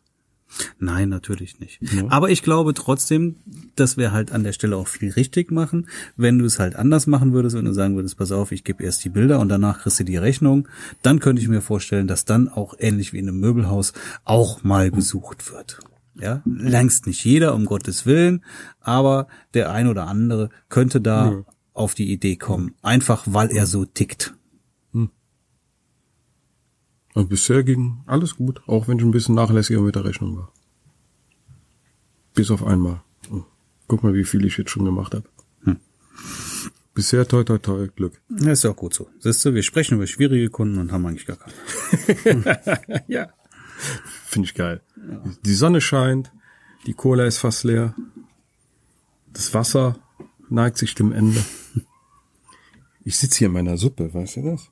[SPEAKER 1] Nein, natürlich nicht. Aber ich glaube trotzdem, dass wir halt an der Stelle auch viel richtig machen. Wenn du es halt anders machen würdest, wenn du sagen würdest, pass auf, ich gebe erst die Bilder und danach kriegst du die Rechnung, dann könnte ich mir vorstellen, dass dann auch ähnlich wie in einem Möbelhaus auch mal gesucht wird. Ja, längst nicht jeder, um Gottes Willen, aber der ein oder andere könnte da auf die Idee kommen. Einfach weil er so tickt.
[SPEAKER 2] Also bisher ging alles gut, auch wenn ich ein bisschen nachlässiger mit der Rechnung war. Bis auf einmal. Oh, Guck mal, wie viel ich jetzt schon gemacht habe. Bisher toi toi toi, Glück.
[SPEAKER 1] Ja, ist ja auch gut so. Siehst du, wir sprechen über schwierige Kunden und haben eigentlich gar keine.
[SPEAKER 2] Ja. Finde ich geil. Die Sonne scheint, die Cola ist fast leer, das Wasser neigt sich dem Ende. Ich sitze hier in meiner Suppe, weißt du das?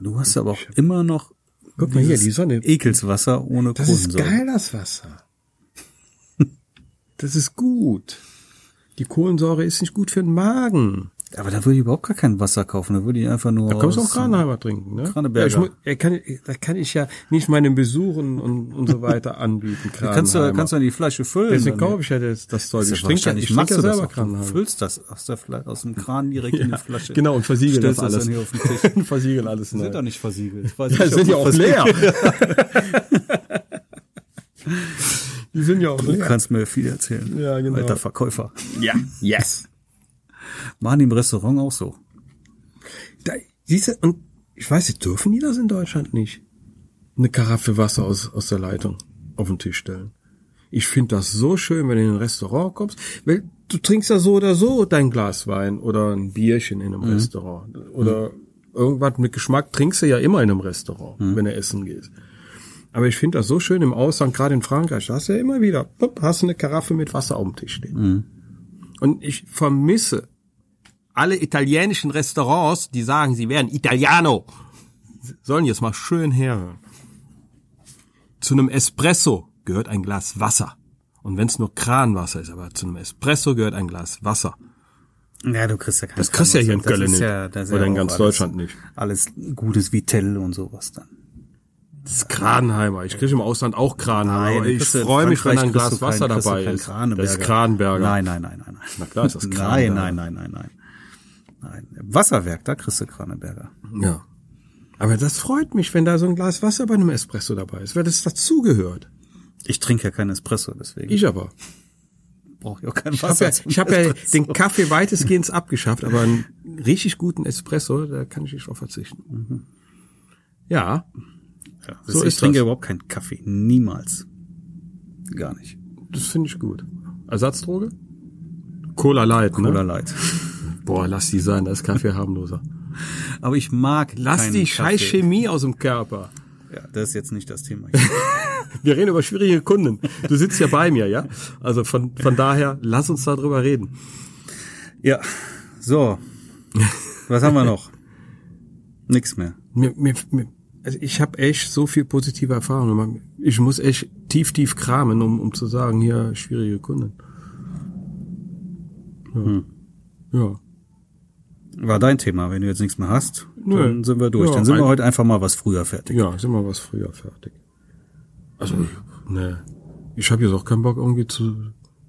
[SPEAKER 1] Du hast aber auch immer noch
[SPEAKER 2] Guck mal hier, die Sonne.
[SPEAKER 1] Ekelswasser ohne
[SPEAKER 2] Das ist
[SPEAKER 1] Kohlensäure.
[SPEAKER 2] geil, das Wasser. Das ist gut. Die Kohlensäure ist nicht gut für den Magen.
[SPEAKER 1] Aber da würde ich überhaupt gar kein Wasser kaufen. Da würde ich einfach nur.
[SPEAKER 2] Da kannst du auch
[SPEAKER 1] aus-
[SPEAKER 2] Kranheimer trinken, ne?
[SPEAKER 1] Kraneberger.
[SPEAKER 2] Ja, ich mu- er kann, da kann ich ja nicht meine Besuchen und, und so weiter anbieten.
[SPEAKER 1] Kannst du,
[SPEAKER 2] Kranheimer.
[SPEAKER 1] kannst du an die Flasche füllen.
[SPEAKER 2] Deswegen
[SPEAKER 1] dann-
[SPEAKER 2] kaufe ich ja das, das Zeug.
[SPEAKER 1] ne? Ist ja
[SPEAKER 2] Ich trinke ja,
[SPEAKER 1] wahrscheinlich
[SPEAKER 2] ich trinke
[SPEAKER 1] machst
[SPEAKER 2] ja
[SPEAKER 1] du
[SPEAKER 2] selber
[SPEAKER 1] das auch. Du
[SPEAKER 2] Kranheimer.
[SPEAKER 1] füllst das aus, der, Fla- aus dem Kran direkt in die Flasche.
[SPEAKER 2] genau, und versiegel
[SPEAKER 1] Stellst
[SPEAKER 2] das alles.
[SPEAKER 1] dann hier auf den Tisch.
[SPEAKER 2] Und versiegel alles neu.
[SPEAKER 1] Sind doch nicht versiegelt. Weiß
[SPEAKER 2] Ja,
[SPEAKER 1] nicht, ob
[SPEAKER 2] sind ja
[SPEAKER 1] man
[SPEAKER 2] auch
[SPEAKER 1] versiegelt-
[SPEAKER 2] leer. die sind ja auch
[SPEAKER 1] Du
[SPEAKER 2] leer.
[SPEAKER 1] kannst mir viel erzählen.
[SPEAKER 2] Ja, genau.
[SPEAKER 1] Alter Verkäufer.
[SPEAKER 3] Ja, yes.
[SPEAKER 1] Machen die im Restaurant auch so.
[SPEAKER 2] Da, siehst du, und ich weiß nicht, dürfen die das in Deutschland nicht? Eine Karaffe Wasser aus, aus der Leitung auf den Tisch stellen. Ich finde das so schön, wenn du in ein Restaurant kommst, weil du trinkst ja so oder so dein Glas Wein oder ein Bierchen in einem Restaurant oder irgendwas mit Geschmack trinkst du ja immer in einem Restaurant, wenn du essen gehst. Aber ich finde das so schön im Ausland, gerade in Frankreich, da hast du ja immer wieder, pop, hast du eine Karaffe mit Wasser auf dem Tisch stehen. Und ich vermisse alle italienischen Restaurants, die sagen, sie wären Italiano, sollen jetzt mal schön herhören. Zu einem Espresso gehört ein Glas Wasser. Und wenn es nur Kranwasser ist, aber zu einem Espresso gehört ein Glas Wasser.
[SPEAKER 1] Ja, du kriegst ja kein
[SPEAKER 2] Das kriegst du ja hier in
[SPEAKER 1] Das
[SPEAKER 2] Köln
[SPEAKER 1] ist
[SPEAKER 2] nicht.
[SPEAKER 1] Ja, das ist
[SPEAKER 2] Oder
[SPEAKER 1] ja
[SPEAKER 2] in
[SPEAKER 1] auch
[SPEAKER 2] ganz
[SPEAKER 1] alles,
[SPEAKER 2] Deutschland nicht.
[SPEAKER 1] Alles gutes Vitell und sowas dann.
[SPEAKER 2] Das ist Kranheimer. Ich kriege im Ausland auch Kranheimer. aber
[SPEAKER 1] du
[SPEAKER 2] ich
[SPEAKER 1] kriegst ja in
[SPEAKER 2] freue mich,
[SPEAKER 1] Frankreich
[SPEAKER 2] wenn da ein
[SPEAKER 1] kriegst
[SPEAKER 2] Glas
[SPEAKER 1] du kein-
[SPEAKER 2] Wasser
[SPEAKER 1] kriegst du
[SPEAKER 2] dabei
[SPEAKER 1] kein
[SPEAKER 2] ist.
[SPEAKER 1] Kranenberger.
[SPEAKER 2] Das ist Kranberger.
[SPEAKER 1] Nein, nein, nein, nein, nein.
[SPEAKER 2] Na klar ist das
[SPEAKER 1] nein,
[SPEAKER 2] Kranenberger.
[SPEAKER 1] nein, nein, nein, nein. Nein. Wasserwerk, da kriegst du Kraneberger.
[SPEAKER 2] Ja. Aber das freut mich, wenn da so ein Glas Wasser bei einem Espresso dabei ist, weil das dazugehört.
[SPEAKER 1] Ich trinke ja keinen Espresso, deswegen
[SPEAKER 2] Ich aber.
[SPEAKER 1] brauche ich auch kein
[SPEAKER 2] Ich habe
[SPEAKER 1] Wasser.
[SPEAKER 2] ja,
[SPEAKER 1] zum
[SPEAKER 2] ich hab ja
[SPEAKER 1] Espresso.
[SPEAKER 2] den Kaffee weitestgehend abgeschafft, aber einen richtig guten Espresso, da kann ich nicht drauf verzichten. Ja,
[SPEAKER 1] Ja,
[SPEAKER 2] so
[SPEAKER 1] ich
[SPEAKER 2] ist
[SPEAKER 1] trinke
[SPEAKER 2] das.
[SPEAKER 1] überhaupt keinen Kaffee. Niemals. Gar nicht.
[SPEAKER 2] das finde ich gut. Ersatzdroge? Cola Light,
[SPEAKER 1] Cola
[SPEAKER 2] ne?
[SPEAKER 1] Light.
[SPEAKER 2] Boah, lass die sein, da ist Kaffee harmloser.
[SPEAKER 1] Aber ich mag
[SPEAKER 2] Lass
[SPEAKER 1] keinen
[SPEAKER 2] die
[SPEAKER 1] Kaffee.
[SPEAKER 2] scheiß Chemie aus dem Körper.
[SPEAKER 1] Ja, das ist jetzt nicht das Thema.
[SPEAKER 2] Wir reden über schwierige Kunden. Du sitzt ja bei mir, ja? Also von, von daher, lass uns darüber reden.
[SPEAKER 1] ja, so. Was haben wir noch? Nix mehr.
[SPEAKER 2] Mir, mir, mir, also ich habe echt so viel positive Erfahrungen gemacht. Ich muss echt tief, tief kramen, um, um zu sagen, hier schwierige Kunden. Hm. Ja. ja.
[SPEAKER 1] War dein Thema. Wenn du jetzt nichts mehr hast,
[SPEAKER 2] Nö.
[SPEAKER 1] dann sind wir durch.
[SPEAKER 2] Ja,
[SPEAKER 1] dann sind wir
[SPEAKER 2] ein-
[SPEAKER 1] heute einfach mal was früher fertig.
[SPEAKER 2] Ja, sind wir was früher fertig. Also, ich- ne. Ich habe jetzt auch keinen Bock, irgendwie zu,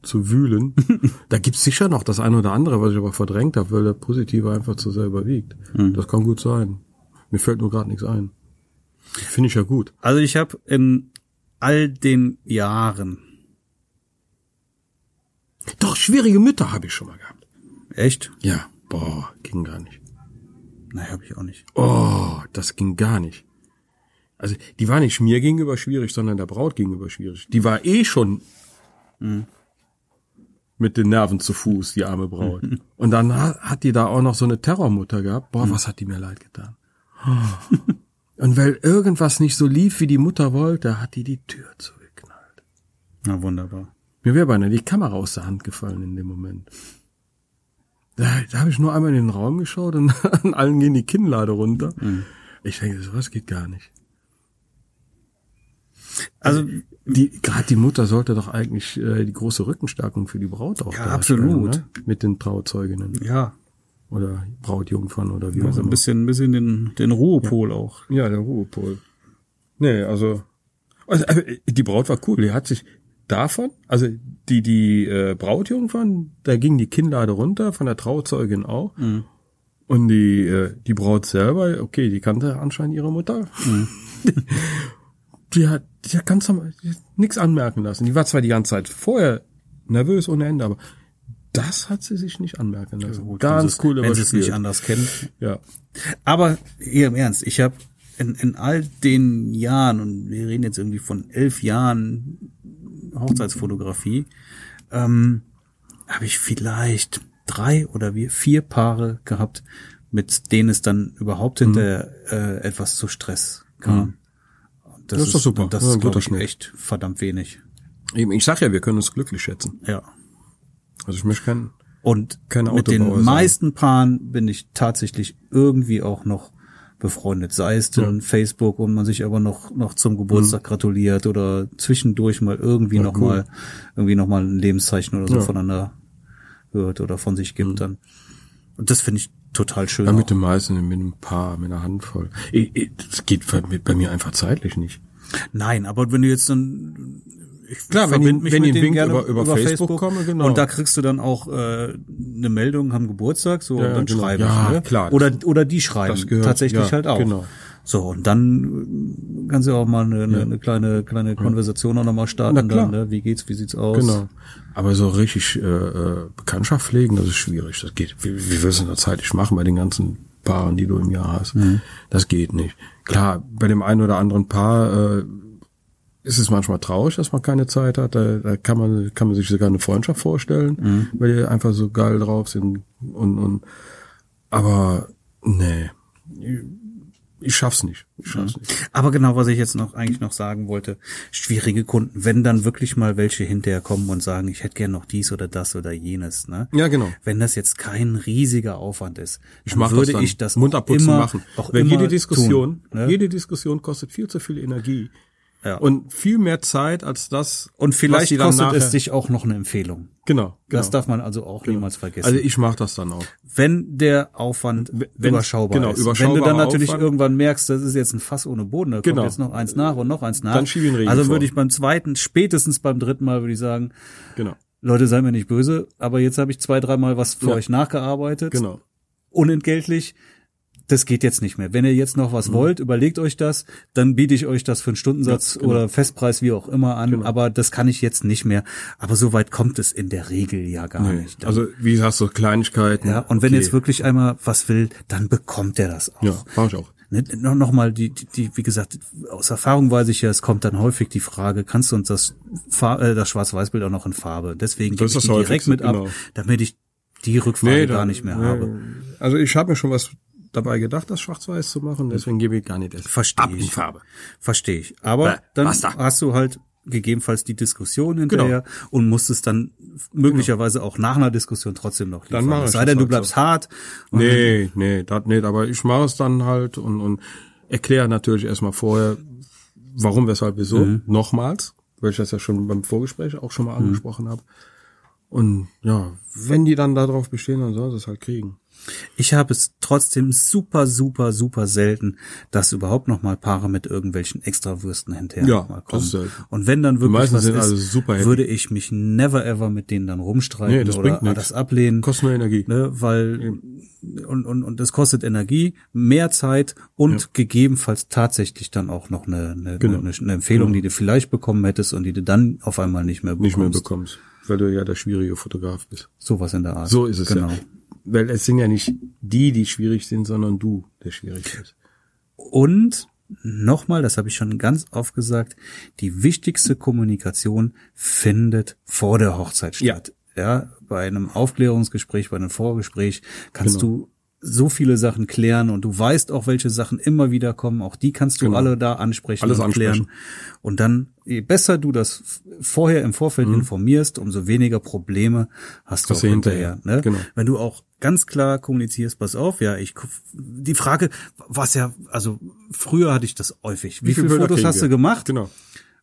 [SPEAKER 2] zu wühlen. da gibt's sicher noch das eine oder andere, was ich aber verdrängt habe, weil der Positive einfach zu sehr überwiegt. Das kann gut sein. Mir fällt nur gerade nichts ein. Finde ich ja gut.
[SPEAKER 1] Also ich habe in all den Jahren,
[SPEAKER 2] Doch, schwierige Mütter habe ich schon mal gehabt.
[SPEAKER 1] echt?
[SPEAKER 2] Ja, boah, ging gar nicht.
[SPEAKER 1] Nein, habe ich auch nicht.
[SPEAKER 2] Oh, das ging gar nicht. Also, die war nicht mir gegenüber schwierig, sondern der Braut gegenüber schwierig. Die war eh schon mit den Nerven zu Fuß, die arme Braut. Und dann ha- hat die da auch noch so eine Terrormutter gehabt. Boah, was hat die mir leid getan. Oh. Und weil irgendwas nicht so lief, wie die Mutter wollte, hat die die Tür zugeknallt.
[SPEAKER 1] Na wunderbar.
[SPEAKER 2] Mir wäre beinahe die Kamera aus der Hand gefallen in dem Moment. Da, da habe ich nur einmal in den Raum geschaut und an allen gehen die Kinnlade runter.
[SPEAKER 1] Mhm.
[SPEAKER 2] Ich denke, sowas geht gar nicht.
[SPEAKER 1] Also
[SPEAKER 2] Die, gerade die Mutter sollte doch eigentlich äh, die große Rückenstärkung für die Braut auch
[SPEAKER 1] Ja,
[SPEAKER 2] darstellen,
[SPEAKER 1] absolut.
[SPEAKER 2] Ne? Mit den Trauzeuginnen
[SPEAKER 1] ja,
[SPEAKER 2] oder Brautjungfern oder wie
[SPEAKER 1] also
[SPEAKER 2] auch
[SPEAKER 1] ein
[SPEAKER 2] immer.
[SPEAKER 1] bisschen, ein bisschen den, den Ruhepol auch.
[SPEAKER 2] Ja, der Ruhepol. Nee, also, also äh, die Braut war cool. Die hat sich davon, also die die äh, Brautjungfern, da ging die Kinnlade runter von der Trauzeugin auch. Und die äh, die Braut selber, okay, die kannte anscheinend ihre Mutter. die hat die hat ganz normal- die hat nix anmerken lassen. Die war zwar die ganze Zeit vorher nervös ohne Ende, aber das hat sie sich nicht anmerken lassen. ganz cool,
[SPEAKER 1] wenn sie es nicht
[SPEAKER 2] überspielt.
[SPEAKER 1] anders kennen.
[SPEAKER 2] Ja.
[SPEAKER 1] Aber hier im Ernst, ich habe in, in all den Jahren, und wir reden jetzt irgendwie von elf Jahren Hochzeitsfotografie, ähm, habe ich vielleicht drei oder wie- vier Paare gehabt, mit denen es dann
[SPEAKER 2] Mhm.
[SPEAKER 1] überhaupt hinter äh, etwas zu Stress kam. Und
[SPEAKER 2] Das ist doch super.
[SPEAKER 1] und Das
[SPEAKER 2] Ja,
[SPEAKER 1] ist,
[SPEAKER 2] ein
[SPEAKER 1] glaube
[SPEAKER 2] guter
[SPEAKER 1] ich,
[SPEAKER 2] Schnitt.
[SPEAKER 1] echt verdammt wenig.
[SPEAKER 2] Eben, ich sag ja, wir können uns glücklich schätzen.
[SPEAKER 1] Ja.
[SPEAKER 2] Also ich möchte keinen.
[SPEAKER 1] Und
[SPEAKER 2] Keine
[SPEAKER 1] mit den
[SPEAKER 2] Autobauer sein.
[SPEAKER 1] meisten Paaren bin ich tatsächlich irgendwie auch noch befreundet. Sei es dann Facebook und man sich aber noch, noch zum Geburtstag
[SPEAKER 2] Mhm.
[SPEAKER 1] gratuliert oder zwischendurch mal irgendwie noch mal irgendwie noch mal ein Lebenszeichen oder so
[SPEAKER 2] Ja. Mhm.
[SPEAKER 1] voneinander hört oder von sich gibt dann. Und das finde ich total schön.
[SPEAKER 2] Ja,
[SPEAKER 1] auch.
[SPEAKER 2] mit dem meisten, mit ein paar, mit einer Handvoll. Ich, ich, das geht bei, mit- bei mir einfach zeitlich nicht.
[SPEAKER 1] Nein, aber wenn du jetzt dann ich
[SPEAKER 2] Klar, wenn
[SPEAKER 1] verbind
[SPEAKER 2] die- wenn die
[SPEAKER 1] mit denen
[SPEAKER 2] Wink
[SPEAKER 1] gerne
[SPEAKER 2] über- über Facebook komme, genau.
[SPEAKER 1] Und da kriegst du dann auch äh, eine Meldung, haben Geburtstag, so
[SPEAKER 2] Ja,
[SPEAKER 1] und dann
[SPEAKER 2] genau.
[SPEAKER 1] schreibe
[SPEAKER 2] Ja,
[SPEAKER 1] ich. Ne?
[SPEAKER 2] klar.
[SPEAKER 1] Oder oder die schreiben
[SPEAKER 2] Das gehört-
[SPEAKER 1] tatsächlich
[SPEAKER 2] ja,
[SPEAKER 1] halt auch.
[SPEAKER 2] genau.
[SPEAKER 1] So und dann äh, kannst du auch mal eine, eine, eine kleine kleine Konversation auch nochmal starten.
[SPEAKER 2] Na klar.
[SPEAKER 1] Dann, ne? Wie geht's, wie sieht's aus?
[SPEAKER 2] Genau. Aber so richtig äh, äh, Bekanntschaft pflegen, das ist schwierig. Das geht. Wie, wie willst du das zeitlich machen bei den ganzen Paaren, die du im Jahr hast? Das geht nicht. Klar, bei dem einen oder anderen Paar äh, ist es manchmal traurig, dass man keine Zeit hat. Da, da kann man kann man sich sogar eine Freundschaft vorstellen, weil die einfach so geil drauf sind und und. Aber nee, ich, ich schaff's nicht. Ich schaff's nicht.
[SPEAKER 1] Aber genau, was ich jetzt noch eigentlich noch sagen wollte, schwierige Kunden, wenn dann wirklich mal welche hinterher kommen und sagen, ich hätte gern noch dies oder das oder jenes, ne?
[SPEAKER 2] Ja, genau.
[SPEAKER 1] Wenn das jetzt kein riesiger Aufwand ist,
[SPEAKER 2] Ich
[SPEAKER 1] dann
[SPEAKER 2] mach
[SPEAKER 1] würde
[SPEAKER 2] das dann.
[SPEAKER 1] ich das
[SPEAKER 2] Mund
[SPEAKER 1] auch
[SPEAKER 2] abputzen
[SPEAKER 1] immer,
[SPEAKER 2] machen.
[SPEAKER 1] Auch
[SPEAKER 2] Weil
[SPEAKER 1] immer
[SPEAKER 2] jede
[SPEAKER 1] tun,
[SPEAKER 2] Diskussion,
[SPEAKER 1] ne?
[SPEAKER 2] jede Diskussion kostet viel zu viel Energie.
[SPEAKER 1] Ja.
[SPEAKER 2] Und viel mehr Zeit als das.
[SPEAKER 1] und
[SPEAKER 2] was
[SPEAKER 1] vielleicht
[SPEAKER 2] die dann
[SPEAKER 1] kostet
[SPEAKER 2] nachher-
[SPEAKER 1] es dich auch noch eine Empfehlung.
[SPEAKER 2] Genau. genau.
[SPEAKER 1] Das darf man also auch niemals vergessen.
[SPEAKER 2] also ich mache das dann auch.
[SPEAKER 1] wenn der Aufwand
[SPEAKER 2] wenn-
[SPEAKER 1] überschaubar
[SPEAKER 2] genau,
[SPEAKER 1] ist. wenn
[SPEAKER 2] überschaubarer
[SPEAKER 1] du dann natürlich
[SPEAKER 2] Aufwand.
[SPEAKER 1] irgendwann merkst, das ist jetzt ein Fass ohne Boden, da
[SPEAKER 2] Genau.
[SPEAKER 1] kommt jetzt noch eins nach und noch eins nach.
[SPEAKER 2] Dann schieb ich einen Riegel
[SPEAKER 1] also
[SPEAKER 2] vor.
[SPEAKER 1] würde ich beim zweiten, spätestens beim dritten Mal würde ich sagen,
[SPEAKER 2] Genau.
[SPEAKER 1] Leute, seid mir nicht böse, aber jetzt habe ich zwei, dreimal was für
[SPEAKER 2] Ja.
[SPEAKER 1] euch nachgearbeitet.
[SPEAKER 2] Genau.
[SPEAKER 1] Unentgeltlich. Das geht jetzt nicht mehr. Wenn ihr jetzt noch
[SPEAKER 2] Mhm.
[SPEAKER 1] was wollt, überlegt euch das, dann biete ich euch das für einen Stundensatz
[SPEAKER 2] genau.
[SPEAKER 1] oder Festpreis, wie auch immer, an. Aber das kann ich jetzt nicht mehr. Aber so weit kommt es in der Regel ja gar nicht.
[SPEAKER 2] Also wie gesagt, so Kleinigkeiten.
[SPEAKER 1] ja, und wenn
[SPEAKER 2] okay.
[SPEAKER 1] jetzt wirklich einmal was will, dann bekommt er das auch.
[SPEAKER 2] Ja, mach ich auch.
[SPEAKER 1] Ne, noch, noch mal die, die, die, wie gesagt, aus Erfahrung weiß ich ja, es kommt dann häufig die Frage, kannst du uns das, Fa- äh, das Schwarz-Weiß-Bild auch noch in Farbe? Deswegen gebe
[SPEAKER 2] Das
[SPEAKER 1] ich
[SPEAKER 2] ist
[SPEAKER 1] die
[SPEAKER 2] das
[SPEAKER 1] direkt
[SPEAKER 2] Häufigste,
[SPEAKER 1] mit ab,
[SPEAKER 2] genau.
[SPEAKER 1] damit ich die Rückfrage
[SPEAKER 2] dann-
[SPEAKER 1] gar nicht mehr
[SPEAKER 2] nee.
[SPEAKER 1] habe.
[SPEAKER 2] Also ich habe mir schon was dabei gedacht, das schwarz-weiß zu machen, deswegen gebe ich gar nicht erst.
[SPEAKER 1] Verstehe
[SPEAKER 2] Ab in
[SPEAKER 1] ich.
[SPEAKER 2] Farbe.
[SPEAKER 1] Verstehe ich. Aber
[SPEAKER 2] Bäh,
[SPEAKER 1] dann
[SPEAKER 2] basta.
[SPEAKER 1] hast du halt gegebenenfalls die Diskussion hinterher
[SPEAKER 2] Genau.
[SPEAKER 1] und musst es dann möglicherweise auch nach einer Diskussion trotzdem noch liefern.
[SPEAKER 2] mache
[SPEAKER 1] es
[SPEAKER 2] ich
[SPEAKER 1] sei
[SPEAKER 2] das
[SPEAKER 1] denn, du
[SPEAKER 2] halt so.
[SPEAKER 1] bleibst hart. Und
[SPEAKER 2] Nee, nee, das nicht, aber ich mache es dann halt und, und erkläre natürlich erstmal vorher, warum, weshalb, wieso,
[SPEAKER 1] Mhm.
[SPEAKER 2] nochmals, weil ich das ja schon beim Vorgespräch auch schon mal angesprochen habe. Und ja, wenn die dann darauf bestehen, dann sollen sie es halt kriegen.
[SPEAKER 1] Ich habe es trotzdem super, super, super selten, dass überhaupt noch mal Paare mit irgendwelchen Extrawürsten hinterher
[SPEAKER 2] Ja,
[SPEAKER 1] mal
[SPEAKER 2] das
[SPEAKER 1] kommen.
[SPEAKER 2] ist selten.
[SPEAKER 1] Und wenn dann wirklich
[SPEAKER 2] meisten
[SPEAKER 1] was
[SPEAKER 2] sind
[SPEAKER 1] ist,
[SPEAKER 2] also super happy.
[SPEAKER 1] würde ich mich never ever mit denen dann rumstreiten
[SPEAKER 2] Nee, das
[SPEAKER 1] oder
[SPEAKER 2] bringt nix.
[SPEAKER 1] das ablehnen.
[SPEAKER 2] Kostet nur Energie.
[SPEAKER 1] Ne, weil und, und, und das kostet Energie, mehr Zeit und gegebenenfalls tatsächlich dann auch noch eine, eine,
[SPEAKER 2] Genau.
[SPEAKER 1] eine, eine Empfehlung, die du vielleicht bekommen hättest und die du dann auf einmal nicht mehr bekommst.
[SPEAKER 2] Nicht mehr bekommst, weil du ja der schwierige Fotograf bist.
[SPEAKER 1] Sowas in der Art.
[SPEAKER 2] So ist es
[SPEAKER 1] genau.
[SPEAKER 2] ja. Weil es sind ja nicht die, die schwierig sind, sondern du, der schwierig ist.
[SPEAKER 1] Und nochmal, das habe ich schon ganz oft gesagt, die wichtigste Kommunikation findet vor der Hochzeit
[SPEAKER 2] Ja.
[SPEAKER 1] statt. Ja, bei einem Aufklärungsgespräch, bei einem Vorgespräch kannst
[SPEAKER 2] Genau.
[SPEAKER 1] du so viele Sachen klären und du weißt auch, welche Sachen immer wieder kommen. Auch die kannst du alle da ansprechen
[SPEAKER 2] Genau. Alles
[SPEAKER 1] und klären.
[SPEAKER 2] ansprechen.
[SPEAKER 1] Und dann, je besser du das f- vorher im
[SPEAKER 2] Mhm.
[SPEAKER 1] Vorfeld informierst, umso weniger Probleme hast du
[SPEAKER 2] Hast
[SPEAKER 1] auch
[SPEAKER 2] du
[SPEAKER 1] hinterher.
[SPEAKER 2] hinterher,
[SPEAKER 1] ne?
[SPEAKER 2] genau.
[SPEAKER 1] wenn du auch ganz klar kommunizierst, pass auf, ja, ich gu- die Frage, was ja, also früher hatte ich das häufig. Wie, viele
[SPEAKER 2] Bilder
[SPEAKER 1] Fotos
[SPEAKER 2] kriegen
[SPEAKER 1] hast
[SPEAKER 2] wir?
[SPEAKER 1] du gemacht?
[SPEAKER 2] Genau.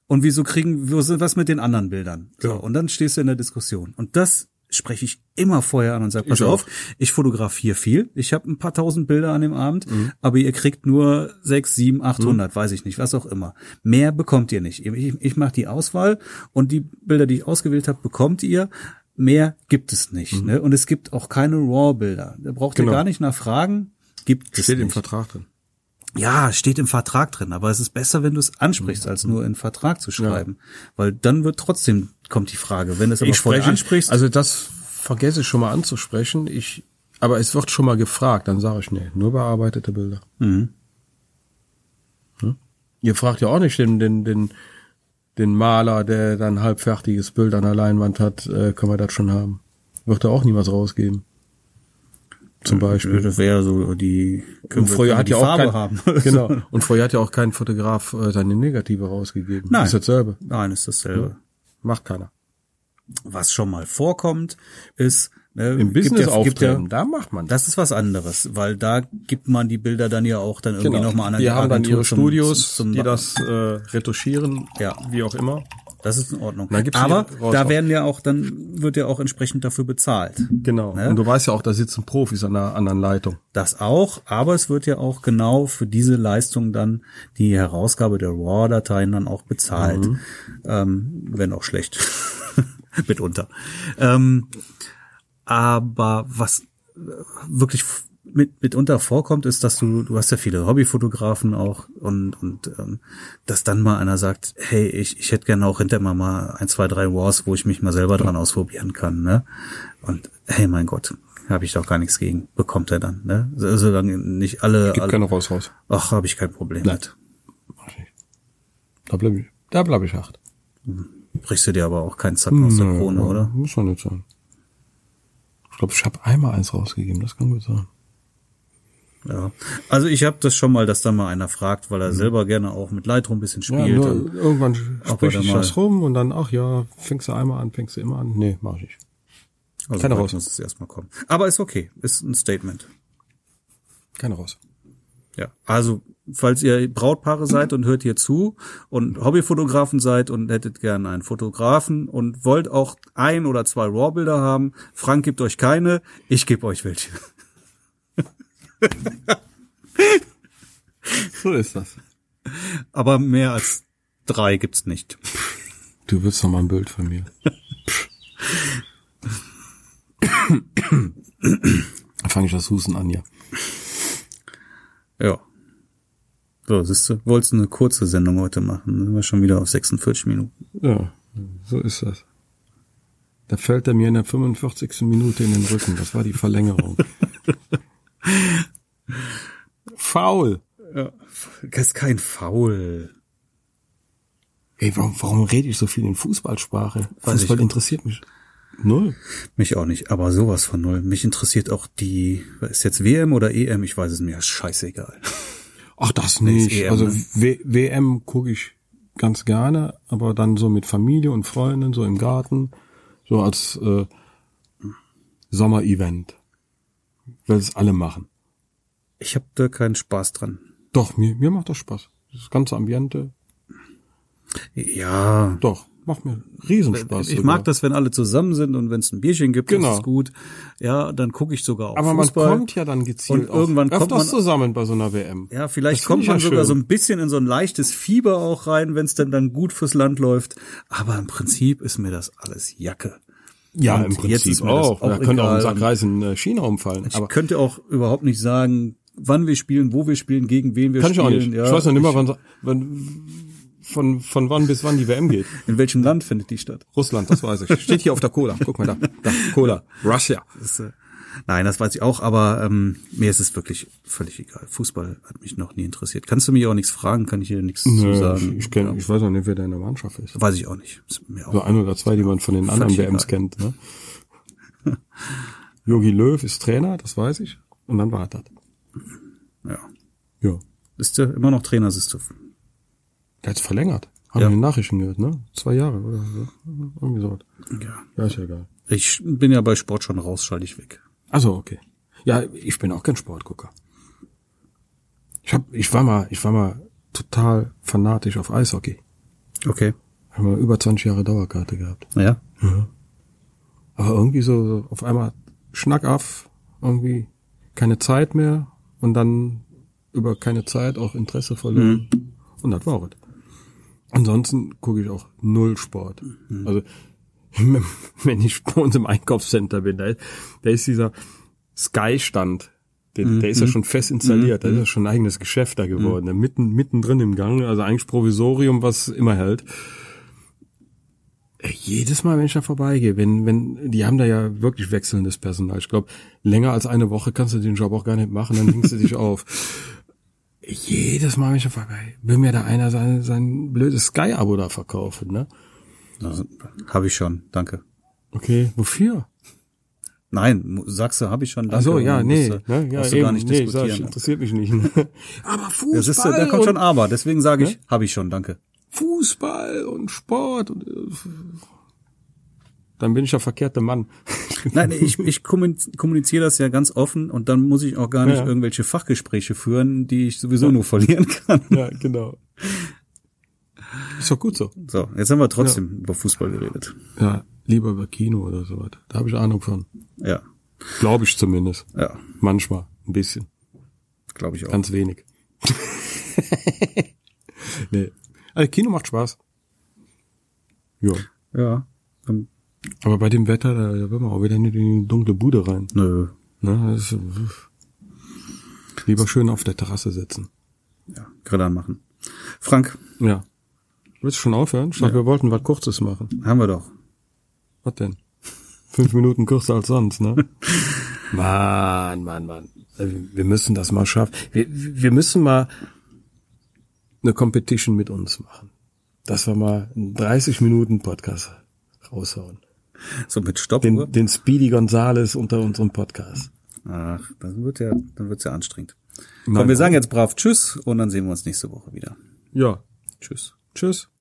[SPEAKER 1] Und wieso kriegen wir so- was mit den anderen Bildern? So,
[SPEAKER 2] Genau.
[SPEAKER 1] und dann stehst du in der Diskussion. Und das spreche ich immer vorher an und sage, pass
[SPEAKER 2] auch.
[SPEAKER 1] auf, ich fotografiere viel, ich habe ein paar tausend Bilder an dem Abend,
[SPEAKER 2] Mhm.
[SPEAKER 1] aber ihr kriegt nur sechs, sieben, achthundert, weiß ich nicht, was auch immer. Mehr bekommt ihr nicht. Ich, ich mache die Auswahl und die Bilder, die ich ausgewählt habe, bekommt ihr. Mehr gibt es nicht. Ne? Und es gibt auch keine RAW-Bilder. Da braucht
[SPEAKER 2] Mhm. Genau.
[SPEAKER 1] ihr gar nicht nachfragen. Gibt es
[SPEAKER 2] Steht im
[SPEAKER 1] nicht.
[SPEAKER 2] Vertrag drin.
[SPEAKER 1] Ja, steht im Vertrag drin, aber es ist besser, wenn du es
[SPEAKER 2] Mhm.
[SPEAKER 1] ansprichst, als nur in den Vertrag zu schreiben. Weil dann wird trotzdem, kommt die Frage, wenn du es aber vorher ansprichst,
[SPEAKER 2] Also das vergesse ich schon mal anzusprechen. Ich, aber es wird schon mal gefragt, dann sage ich, nee, nur bearbeitete Bilder.
[SPEAKER 1] Mhm.
[SPEAKER 2] Hm? Ihr fragt ja auch nicht den, den, den den Maler, der dann halbfertiges Bild an der Leinwand hat, äh, können wir das schon haben. Wird er auch niemals rausgeben.
[SPEAKER 1] Äh,
[SPEAKER 2] Zum Beispiel.
[SPEAKER 1] Das wäre so die
[SPEAKER 2] Und Mhm. früher hat
[SPEAKER 1] äh, die
[SPEAKER 2] ja auch
[SPEAKER 1] Farbe
[SPEAKER 2] kein,
[SPEAKER 1] haben.
[SPEAKER 2] genau. Und früher hat ja auch kein Fotograf äh, seine Negative rausgegeben.
[SPEAKER 1] Nein.
[SPEAKER 2] Ist dasselbe.
[SPEAKER 1] Nein, ist dasselbe.
[SPEAKER 2] Mhm. Macht keiner.
[SPEAKER 1] Was schon mal vorkommt, ist ne,
[SPEAKER 2] Im
[SPEAKER 1] gibt ja-
[SPEAKER 2] Business
[SPEAKER 1] gibt ja-
[SPEAKER 2] auftreten, da macht man das.
[SPEAKER 1] Das ist was anderes, weil da gibt man die Bilder dann ja auch dann irgendwie
[SPEAKER 2] Genau.
[SPEAKER 1] nochmal an
[SPEAKER 2] die haben dann
[SPEAKER 1] Agentur
[SPEAKER 2] ihre
[SPEAKER 1] zum-
[SPEAKER 2] Studios,
[SPEAKER 1] zum-
[SPEAKER 2] die das äh, retuschieren,
[SPEAKER 1] Ja.
[SPEAKER 2] wie auch immer.
[SPEAKER 1] Das ist in Ordnung.
[SPEAKER 2] Dann gibt's
[SPEAKER 1] Aber
[SPEAKER 2] die raus-
[SPEAKER 1] da werden ja auch dann wird ja auch entsprechend dafür bezahlt.
[SPEAKER 2] Genau.
[SPEAKER 1] Ne?
[SPEAKER 2] Und du weißt ja auch, da sitzen Profis an der anderen Leitung.
[SPEAKER 1] Das auch, aber es wird ja auch genau für diese Leistung dann die Herausgabe der RAW-Dateien dann auch bezahlt. Ähm, wenn auch schlecht. Mitunter. Ähm, aber was äh, wirklich f- mit, mitunter vorkommt, ist, dass du, du hast ja viele Hobbyfotografen auch und, und ähm, dass dann mal einer sagt, hey, ich, ich hätte gerne auch hinter mir mal ein, zwei, drei Wars, wo ich mich mal selber dran ausprobieren kann, ne? Und hey, mein Gott, habe ich doch gar nichts gegen, bekommt er dann, ne? So- Solange nicht alle, alle
[SPEAKER 2] raus raus.
[SPEAKER 1] ach, habe ich kein Problem mit.
[SPEAKER 2] Da bleib ich, da bleib ich hart.
[SPEAKER 1] Brichst du dir aber auch keinen Zacken aus der
[SPEAKER 2] Nö,
[SPEAKER 1] Krone, oder?
[SPEAKER 2] Muss man nicht sein. Ich glaube, ich habe einmal eins rausgegeben, das kann gut sein.
[SPEAKER 1] Ja. Also ich habe das schon mal, dass da mal einer fragt, weil er selber gerne auch mit Lightroom ein bisschen
[SPEAKER 2] Ja,
[SPEAKER 1] spielt. und-
[SPEAKER 2] nur irgendwann sprich
[SPEAKER 1] er
[SPEAKER 2] ich
[SPEAKER 1] mal-
[SPEAKER 2] das rum und dann, ach ja, fängst du einmal an, fängst du immer an. Nee, mach ich nicht.
[SPEAKER 1] Also
[SPEAKER 2] Keine
[SPEAKER 1] heute
[SPEAKER 2] raus.
[SPEAKER 1] muss es erstmal kommen. Aber ist okay, ist ein Statement.
[SPEAKER 2] Keine raus.
[SPEAKER 1] Ja. Also, falls ihr Brautpaare seid und hört hier zu und Hobbyfotografen seid und hättet gern einen Fotografen und wollt auch ein oder zwei RAW-Bilder haben, Frank gibt euch keine, ich gebe euch welche.
[SPEAKER 2] So ist das.
[SPEAKER 1] Aber mehr als drei gibt's nicht.
[SPEAKER 2] Du willst noch mal ein Bild von mir. Dann fange ich das Husten an, ja.
[SPEAKER 1] Ja. So, siehste, wolltest eine kurze Sendung heute machen, sind wir schon wieder auf 46 Minuten.
[SPEAKER 2] Ja, so ist das. Da fällt er mir in der 45. Minute in den Rücken. Das war die Verlängerung. Faul.
[SPEAKER 1] Das ist kein Foul.
[SPEAKER 2] Ey, warum, warum rede ich so viel in Fußballsprache?
[SPEAKER 1] Weiß ich
[SPEAKER 2] Fußball
[SPEAKER 1] nicht.
[SPEAKER 2] interessiert mich. Null.
[SPEAKER 1] Mich auch nicht, aber sowas von null. Mich interessiert auch die, ist jetzt WM oder EM? Ich weiß es mir, ist scheißegal.
[SPEAKER 2] Ach, das
[SPEAKER 1] ist
[SPEAKER 2] nicht.
[SPEAKER 1] EM,
[SPEAKER 2] also
[SPEAKER 1] ne?
[SPEAKER 2] W WM gucke ich ganz gerne, aber dann so mit Familie und Freunden, so im Garten, so als äh, Sommer-Event. Weil es alle machen.
[SPEAKER 1] Ich habe da keinen Spaß dran.
[SPEAKER 2] Doch, mir, mir macht das Spaß. Das ganze Ambiente,
[SPEAKER 1] Ja.
[SPEAKER 2] doch, macht mir Riesenspaß.
[SPEAKER 1] Ich
[SPEAKER 2] sogar.
[SPEAKER 1] mag das, wenn alle zusammen sind und wenn es ein Bierchen gibt,
[SPEAKER 2] Genau.
[SPEAKER 1] das ist gut. Ja, dann gucke ich sogar auf
[SPEAKER 2] Aber
[SPEAKER 1] Fußball.
[SPEAKER 2] man kommt ja dann
[SPEAKER 1] Und
[SPEAKER 2] gezielt
[SPEAKER 1] irgendwann
[SPEAKER 2] auch
[SPEAKER 1] kommt
[SPEAKER 2] öfters
[SPEAKER 1] man-
[SPEAKER 2] zusammen bei so einer WM.
[SPEAKER 1] ja,
[SPEAKER 2] Das
[SPEAKER 1] vielleicht
[SPEAKER 2] find
[SPEAKER 1] kommt
[SPEAKER 2] ich ja
[SPEAKER 1] man sogar
[SPEAKER 2] schön.
[SPEAKER 1] so ein bisschen in so ein leichtes Fieber auch rein, wenn es denn dann gut fürs Land läuft. Aber im Prinzip ist mir das alles Jacke.
[SPEAKER 2] Ja,
[SPEAKER 1] Und
[SPEAKER 2] im
[SPEAKER 1] jetzt
[SPEAKER 2] Prinzip
[SPEAKER 1] ist mir das
[SPEAKER 2] auch.
[SPEAKER 1] auch
[SPEAKER 2] Da könnte auch ein
[SPEAKER 1] egal.
[SPEAKER 2] Sack Reis in äh, China umfallen.
[SPEAKER 1] Ich
[SPEAKER 2] Aber
[SPEAKER 1] könnte auch überhaupt nicht sagen, wann wir spielen, wo wir spielen, gegen wen wir
[SPEAKER 2] kann ich
[SPEAKER 1] spielen.
[SPEAKER 2] auch nicht.
[SPEAKER 1] Ja,
[SPEAKER 2] ich weiß noch nicht mal, wann, wann, von, von wann bis wann die WM geht.
[SPEAKER 1] in welchem Land findet die statt.
[SPEAKER 2] Russland, das weiß ich. Steht hier auf der Cola. Guck mal da. da Cola. Russia.
[SPEAKER 1] Das, äh, nein, das weiß ich auch, aber ähm, mir ist es wirklich völlig egal. Fußball hat mich noch nie interessiert. Kannst du mich auch nichts fragen, kann ich dir nichts zu sagen.
[SPEAKER 2] ich, kenn, ich weiß auch nicht, wer da in der Mannschaft ist.
[SPEAKER 1] Weiß ich auch nicht. Ist mir auch
[SPEAKER 2] So ein oder zwei, die man von den anderen
[SPEAKER 1] Völlig
[SPEAKER 2] WMs
[SPEAKER 1] egal.
[SPEAKER 2] kennt. Ne? Jogi Löw ist Trainer, das weiß ich. Und dann war er das.
[SPEAKER 1] Ja.
[SPEAKER 2] Ja.
[SPEAKER 1] Ist der immer noch Trainer, siehst du.
[SPEAKER 2] Der hat's verlängert. Haben
[SPEAKER 1] Ja.
[SPEAKER 2] wir in den Nachrichten gehört, ne? Zwei Jahre oder so. Irgendwie so.
[SPEAKER 1] Ja.
[SPEAKER 2] Ja, ist ja egal.
[SPEAKER 1] Ich bin ja bei Sport schon raus, schalte ich weg.
[SPEAKER 2] Also okay. Ja, ich bin auch kein Sportgucker. Ich hab, ich war mal, ich war mal total fanatisch auf Eishockey.
[SPEAKER 1] Okay.
[SPEAKER 2] Haben wir über 20 Jahre Dauerkarte gehabt.
[SPEAKER 1] Ja.
[SPEAKER 2] Aber irgendwie so, so auf einmal Schnack auf, irgendwie keine Zeit mehr und dann über keine Zeit auch Interesse verloren. Und das war es. Ansonsten gucke ich auch null Sport. Also wenn ich bei uns im Einkaufscenter bin, da, da ist dieser Sky-Stand, der, der ist ja schon fest installiert, da ist ja schon ein eigenes Geschäft da geworden, da mitten, mittendrin im Gang, also eigentlich Provisorium, was immer hält. Ey, Jedes Mal, wenn ich da vorbeigehe, wenn, wenn, die haben da ja wirklich wechselndes Personal. Ich glaube, länger als eine Woche kannst du den Job auch gar nicht machen, dann hängst du dich auf. jedes Mal, wenn ich da vorbei will mir da einer sein, sein blödes Sky-Abo da verkaufen, ne?
[SPEAKER 1] Habe Also, ich schon, danke.
[SPEAKER 2] Okay, wofür?
[SPEAKER 1] Nein, mu- sagst du, habe ich schon, danke.
[SPEAKER 2] Ach so, ja,
[SPEAKER 1] und
[SPEAKER 2] nee,
[SPEAKER 1] Genau, musst du-
[SPEAKER 2] ne, ja,
[SPEAKER 1] musst du
[SPEAKER 2] eben,
[SPEAKER 1] gar nicht
[SPEAKER 2] nee, sag ich,
[SPEAKER 1] diskutieren.
[SPEAKER 2] interessiert mich nicht. Ne? Aber Fußball,
[SPEAKER 1] Das ist, äh, da kommt
[SPEAKER 2] und
[SPEAKER 1] schon aber, deswegen sage ich, habe ich schon, danke.
[SPEAKER 2] Fußball und Sport und äh, dann bin ich der verkehrte Mann.
[SPEAKER 1] Nein, ich, ich kommuniz- kommuniziere das ja ganz offen und dann muss ich auch gar nicht
[SPEAKER 2] Ja.
[SPEAKER 1] irgendwelche Fachgespräche führen, die ich sowieso nur verlieren kann.
[SPEAKER 2] ja, genau. Ist doch gut so.
[SPEAKER 1] So, jetzt haben wir trotzdem über Fußball geredet.
[SPEAKER 2] Ja, lieber über Kino oder sowas. Da habe ich Ahnung von.
[SPEAKER 1] Ja,
[SPEAKER 2] Glaube ich zumindest.
[SPEAKER 1] ja,
[SPEAKER 2] Manchmal. Ein bisschen.
[SPEAKER 1] glaube ich auch.
[SPEAKER 2] Ganz wenig. nee. Also Kino macht Spaß. Ja.
[SPEAKER 1] Ja, ähm,
[SPEAKER 2] Aber bei dem Wetter, da, da will man auch wieder nicht in die dunkle Bude rein.
[SPEAKER 1] nö.
[SPEAKER 2] Ne? Das ist, uff. lieber schön auf der Terrasse sitzen.
[SPEAKER 1] Ja, Grill anmachen. Frank,
[SPEAKER 2] Ja. Willst du schon aufhören? Ich dachte, wir wollten was Kurzes machen.
[SPEAKER 1] haben wir doch.
[SPEAKER 2] Was denn? Fünf Minuten kürzer als sonst, ne? Mann, Mann, Mann. Äh, Wir müssen das mal schaffen. Wir, wir müssen mal eine Competition mit uns machen. Dass wir mal einen 30 Minuten Podcast raushauen.
[SPEAKER 1] So mit Stoppuhr.
[SPEAKER 2] Den, den Speedy Gonzales unter unserem Podcast.
[SPEAKER 1] Ach, dann wird ja, dann wird's ja anstrengend.
[SPEAKER 2] Nein.
[SPEAKER 1] Komm, wir sagen jetzt brav Tschüss und dann sehen wir uns nächste Woche wieder.
[SPEAKER 2] Ja.
[SPEAKER 1] Tschüss.
[SPEAKER 2] Tschüss.